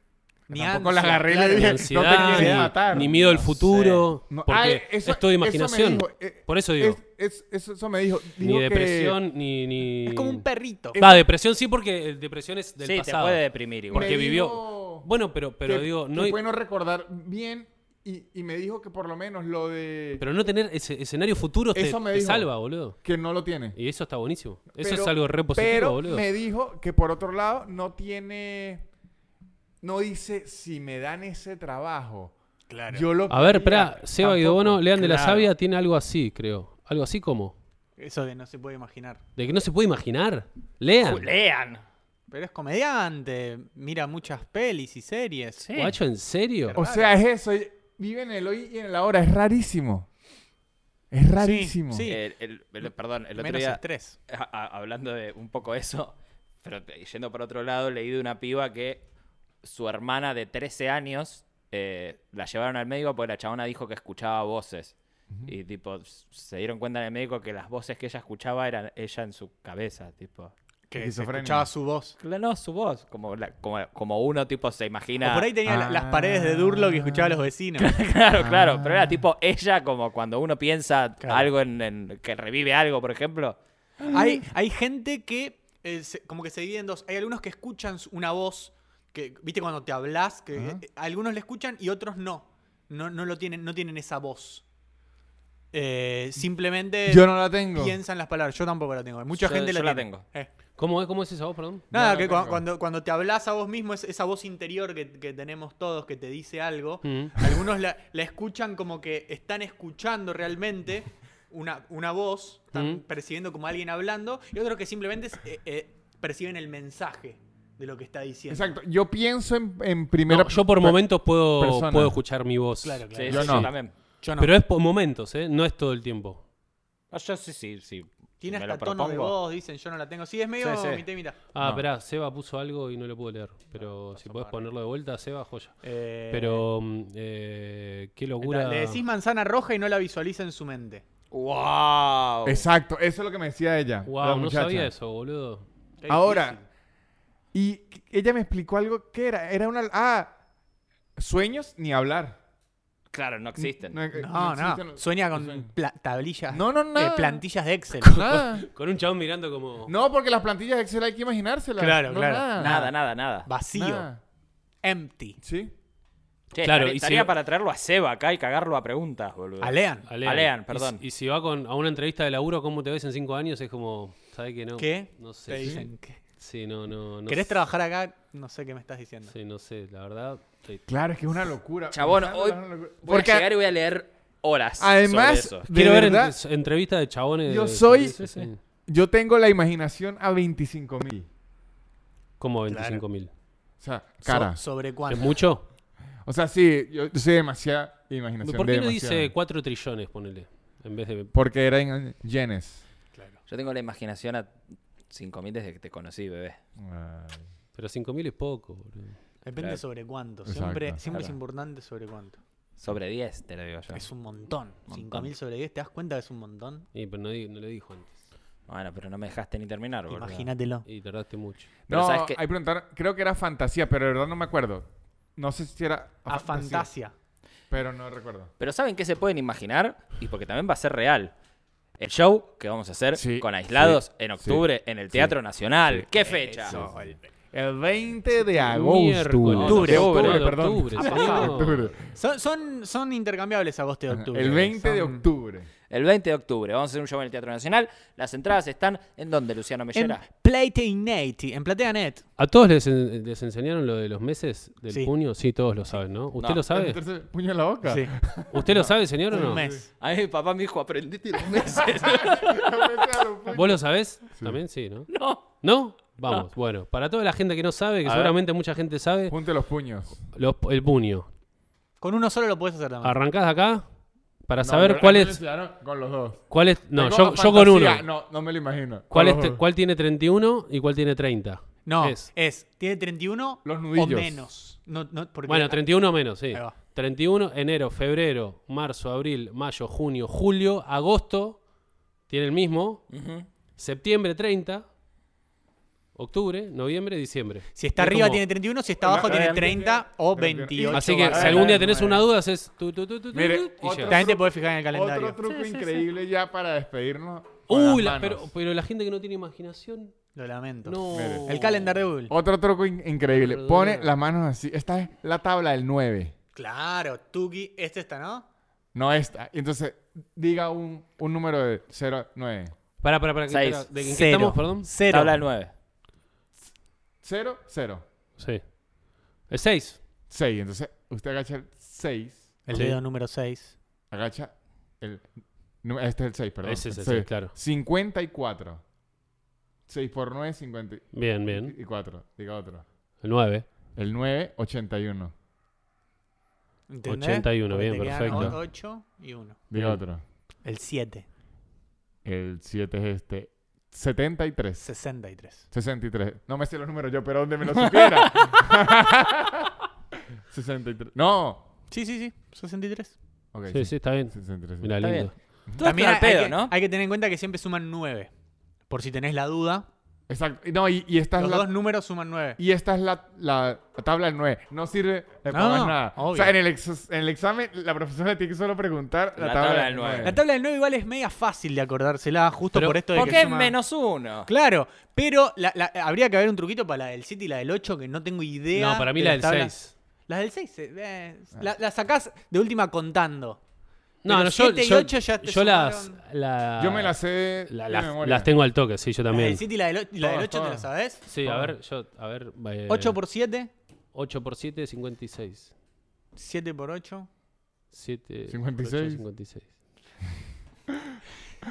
Ni Tampoco la ansia, agarré y le claro. dije, ni no te ansiedad, quiere ni- matar. ni, miedo al No futuro, No, porque ah, eso- es todo eso me imaginación. dijo, eh, Por eso digo, Es- es- eso, eso me dijo. dijo ni que- depresión, ni, ni... Es como un perrito. Va, depresión sí, porque eh, depresión es del sí, pasado. te puede deprimir igual. Porque Me vivió- dijo Bueno, pero, pero que- digo, que no, hay- puede no recordar bien y, y me dijo que por lo menos lo de... pero no tener ese escenario futuro te, Eso me te dijo. salva, boludo. que no lo tiene. Y eso está buenísimo. Eso Pero- es algo re positivo, pero boludo. me dijo que por otro lado no tiene... No dice, si me dan ese trabajo, Claro. yo lo A ver, pediría". espera, Seba Tampoco. Guidobono, Lean de la Claro. Sabia tiene algo así, creo. Algo así como. Eso de no se puede imaginar. De que no se puede imaginar. Lean. Lean. Pero es comediante, mira muchas pelis y series. Sí. Guacho, ¿en serio? O sea, es eso. y- Vive en el hoy y en la hora. Es rarísimo. Es rarísimo. sí. El- el- el- perdón, el otro Menos día. estrés. a- a- hablando de un poco eso, pero te- yendo por otro lado, leí de una piba que su hermana de 13 años eh, la llevaron al médico porque la chabona dijo que escuchaba voces. Y tipo, s- se dieron cuenta en el médico que las voces que ella escuchaba eran ella en su cabeza, tipo. Que se Esquizofrenia. escuchaba su voz. Cla- No, su voz, como, la- como, como uno tipo se imagina. O por ahí tenía la- las Ah. paredes de Durlock y escuchaba a los vecinos. Claro, claro, pero era tipo ella como cuando uno piensa Ah. Claro. algo en, en- que revive algo, por ejemplo. hay, hay gente que eh, se- como que se divide en dos. Hay algunos que escuchan su- una voz, que, viste, cuando te hablas, que Ajá. eh, algunos la escuchan y otros no. No, no lo tienen, no tienen esa voz. Eh, simplemente Yo no la tengo. piensan las palabras. Yo tampoco la tengo. Mucha Yo- gente yo la la tiene. tengo. Eh. ¿Cómo es, ¿Cómo es esa voz, perdón? Nada, la que cua- tengo. cuando, cuando te hablas a vos mismo, es esa voz interior que, que tenemos todos, que te dice algo, Mm. algunos la, la escuchan como que están escuchando realmente una, una voz, están Mm. percibiendo como alguien hablando, y otros que simplemente eh, eh, perciben el mensaje de lo que está diciendo. Exacto. Yo pienso en, en No, primera. yo por momentos puedo, persona. puedo escuchar mi voz. Claro, claro. Sí, Yo sí, no. sí, también. Yo no. Pero es por momentos, ¿eh? No es todo el tiempo. Ah, Yo sí, sí, sí. Tiene Me hasta lo tono de propongo. voz, dicen, yo no la tengo. Sí, es medio Sí, sí. mitad y mitad. Ah, No. esperá, Seba puso algo y no lo pude leer. Pero si podés ponerlo de vuelta, Seba, joya. Eh, Pero, mm, eh, qué locura. Le decís manzana roja y no la visualiza en su mente. ¡Wow! Exacto. Eso es lo que me decía ella. la wow, no muchacha. sabía eso, boludo. Qué Ahora, difícil. y ella me explicó algo que era. Era una. Ah, sueños ni hablar. Claro, no existen. No, No, no. existen- Sueña sueño. con pla- tablillas. No, no, eh, nada. plantillas de Excel. Nada. Con un chabón mirando como. No, porque las plantillas de Excel hay que imaginárselas. Claro, No, claro. Nada. Nada, nada, nada. Vacío. Nada. Empty. Sí. Che, Claro, estaría, y si- estaría para traerlo a Seba acá y cagarlo a preguntas, boludo. A Lean. A Lean. A Lean, Y perdón. si- Y, si va con, a una entrevista de laburo, ¿cómo te ves en cinco años? Es como, ¿sabes que no? ¿Qué? No sé. Te dicen que. Sí, no, no. no ¿Querés sé. trabajar acá? No sé qué me estás diciendo. Sí, no sé, la verdad. sí. Claro, es que es una locura. Chabón, Pensando, hoy es una locura. voy Porque a llegar y voy a leer horas además, sobre eso. de Quiero ver en- verdad, entrevistas de chabones. Yo de- soy- sí, sí, sí. yo tengo la imaginación a 25 mil. Como Claro. 25 mil. O sea, So- cara. ¿Sobre ¿Es cuánto? mucho? O sea, sí, yo, yo soy demasiada imaginación. ¿Por qué no demasiada. dice 4 trillones, ponele? En vez de. Porque era en yenes. Yo tengo la imaginación a 5.000 desde que te conocí, bebé. Ay. Pero 5 mil es poco, boludo. Depende Claro. sobre cuánto. Exacto, Siempre, siempre es claro. importante sobre cuánto. Sobre 10, te lo digo yo. Es un montón. Montón. 5.000 sobre 10, ¿te das cuenta que es un montón? Y, pero no, di- no lo dijo antes. Bueno, pero no me dejaste ni terminar, boludo. Imagínatelo. Y tardaste mucho. Pero No, ¿sabes qué? hay que preguntar, creo que era fantasía, pero de verdad no me acuerdo. No sé si era A fantasia. pero no recuerdo. Pero ¿saben qué se pueden imaginar? Y porque también va a ser real. El show que vamos a hacer Sí, con Aislados sí, en octubre en el Teatro Nacional. ¿Qué fecha? Eso. El 20 de agosto. Miércoles. Octubre, De octubre, octubre, perdón. octubre, Ah, señor. octubre. Son, son, son intercambiables agosto y octubre. El 20 de Son- octubre. El 20 de octubre. Vamos a hacer un show en el Teatro Nacional. Las entradas están en donde, Luciano En Mellera. PlateaNet. En PlateaNet. ¿A todos les, en- les enseñaron lo de los meses del Sí. puño? Sí, todos lo saben, ¿no? ¿Usted No. lo sabe? Entonces, puño en la boca. Sí. ¿Usted lo sabe, señor, o Un no? mes. A mí mi papá me dijo, aprendete los meses. ¿Vos lo sabés? También sí, ¿no? no. ¿No? Vamos, bueno. Para toda la gente que no sabe, que A ver. seguramente mucha gente sabe, Junte los puños. los- el puño. Con uno solo lo puedes hacer también. Arrancás de acá para Ah. No, saber pero cuál a mí me es... enseñaron Con los dos. Cuál es no, Tengo yo, una yo con uno. fantasía. No, no me lo imagino. Con ¿Cuál, es, los dos. ¿Cuál tiene 31 y cuál tiene 30? No, es. Es. tiene 31 Los o nudillos. menos. No, no, porque- Bueno, 31 menos, sí. Ahí va. 31, enero, febrero, marzo, abril, mayo, junio, julio, agosto, tiene el mismo. Septiembre 30, octubre, noviembre, diciembre. Si está Es arriba como- tiene 31, si está La- abajo la tiene de Argentina 30 o tiene 31. 28. Así que va a si ser. algún día la tenés nueve. una duda, haces tu, tu, tu, tu, tu, Mire, tu, y otro- llegas. También te podés fijar en el calendario. Otro truco increíble ya para despedirnos. con Uy, las la- pero, manos. pero la gente que no tiene imaginación, Lo lamento. no. Mire. El calendario de Google. Otro truco in- increíble. Perdón. Pone las manos así. Esta es la tabla del 9. Claro, Tuki. Este está, ¿no? No esta. Entonces, diga un, un número de 0, 9. Pará, pará, pará. que- Seis. pará, ¿De en qué estamos, perdón? Cero. Tabla del 9. 0, 0. Sí. El 6. 6. Entonces, usted agacha el 6. El Sí. dedo número 6. Agacha el... no, Este es el 6, perdón. Ese es el seis. seis, claro. 54. 6 por 9, 54. Bien, bien. Diga otro. El 9. El 9, 81. ¿Entendés? 81, bien, perfecto. 8 y 1. Diga Bien. otro. El 7. El 7 es este. 73. 63. 63. No me sé los números yo, pero donde me los supiera. 63. No. Sí, sí, sí. 63. Ok. Sí, sí, está bien. 63. Mirá, Está lindo. También al hay, pedo, que, ¿no? hay que tener en cuenta que siempre suman 9. Por si tenés la duda, Exacto. No, y, y esta es los la. dos números suman 9. Y esta es la, la tabla del 9. No sirve No, de para más nada. O Ah, obvio. sea, en el, ex- en el examen, la profesora tiene que solo preguntar la, tabla, del 9. La tabla del 9 igual es media fácil de acordársela, justo Pero, por esto de Porque que es suma- menos uno. Claro, pero la- la- habría que haber un truquito para la del 7 y la del 8 que no tengo idea. No, para mí de la las del tablas. 6. eh, La del 6, eh, la, la sacás de última contando. No, Pero no, yo, siete y yo- ocho ya te yo las, sumaron. la- Yo me las sé. la- de las, memoria. las tengo al toque, sí, yo La también. del 7 y la del, och- y la del 8 Todas, te la todas. sabes. Sí, a ver, yo, a ver. eh, 8 por 7, 8 por 7, 56. 7 por 8, 7 56. 56.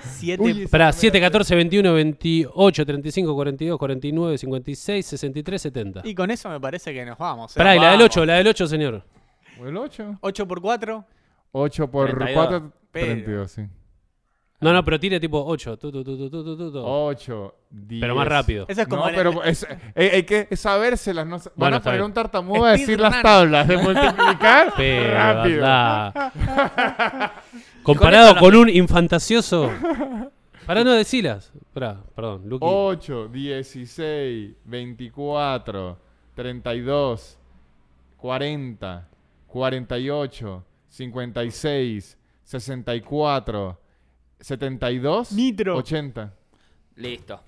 7 Para 7, 14, 21, 28, 35, 42, 49, 56, 63, 70. Y con eso me parece que nos vamos. eh. Pará, y la del 8, la del 8, señor. El 8. 8 por 4, 8 por 32. 4, Pero. 32, sí. No, no, pero tire tipo 8. tu, tu, tu, tu, tu, tu, tu, tu. 8, 10. Pero más rápido. eso es como no, la- pero es- eh, hay que sabérselas. No, sa- Van Bueno, a está poner bien. un tartamudo a decir las Speedrunner. tablas de multiplicar Pero, rápido. anda. Comparado con, un infantasioso. Pará, no decilas. Pará, perdón, Luqui. 8, 16, 24, 32, 40, 48, 56, 64, 72, Nitro. 80. Listo.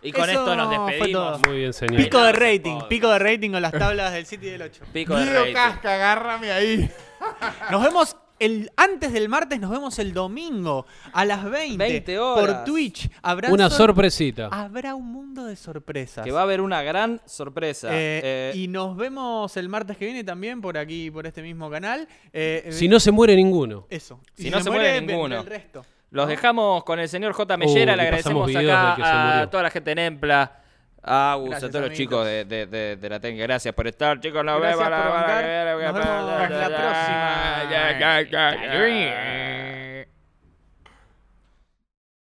Y con Eso esto nos fue despedimos. todo. Muy bien, señor. Pico de Ese rating, podcast. pico de rating con las tablas del 7 y del 8. Pico de Guido rating. Casca, agárrame ahí. Nos vemos el antes del martes, nos vemos el domingo a las 20, 20 horas. por Twitch. Habrá Una sor- sorpresita. Habrá un mundo de sorpresas. Que va a haber una gran sorpresa. Eh, Eh, y nos vemos el martes que viene también por aquí, por este mismo canal. Eh, Si no se muere ninguno. eso. Si no se muere ninguno. vendrá El resto. Los dejamos con el señor J. Mellera. Uh, Le le pasamos agradecemos videos del que se acá a murió. toda la gente en Empla. A Agus, Gracias, a todos los amiguitos. chicos de, de- de- de la técnica. Gracias por estar, chicos. Nos Gracias vemos por bancar. Nos vemos la próxima. Ya, ya, ya, ya.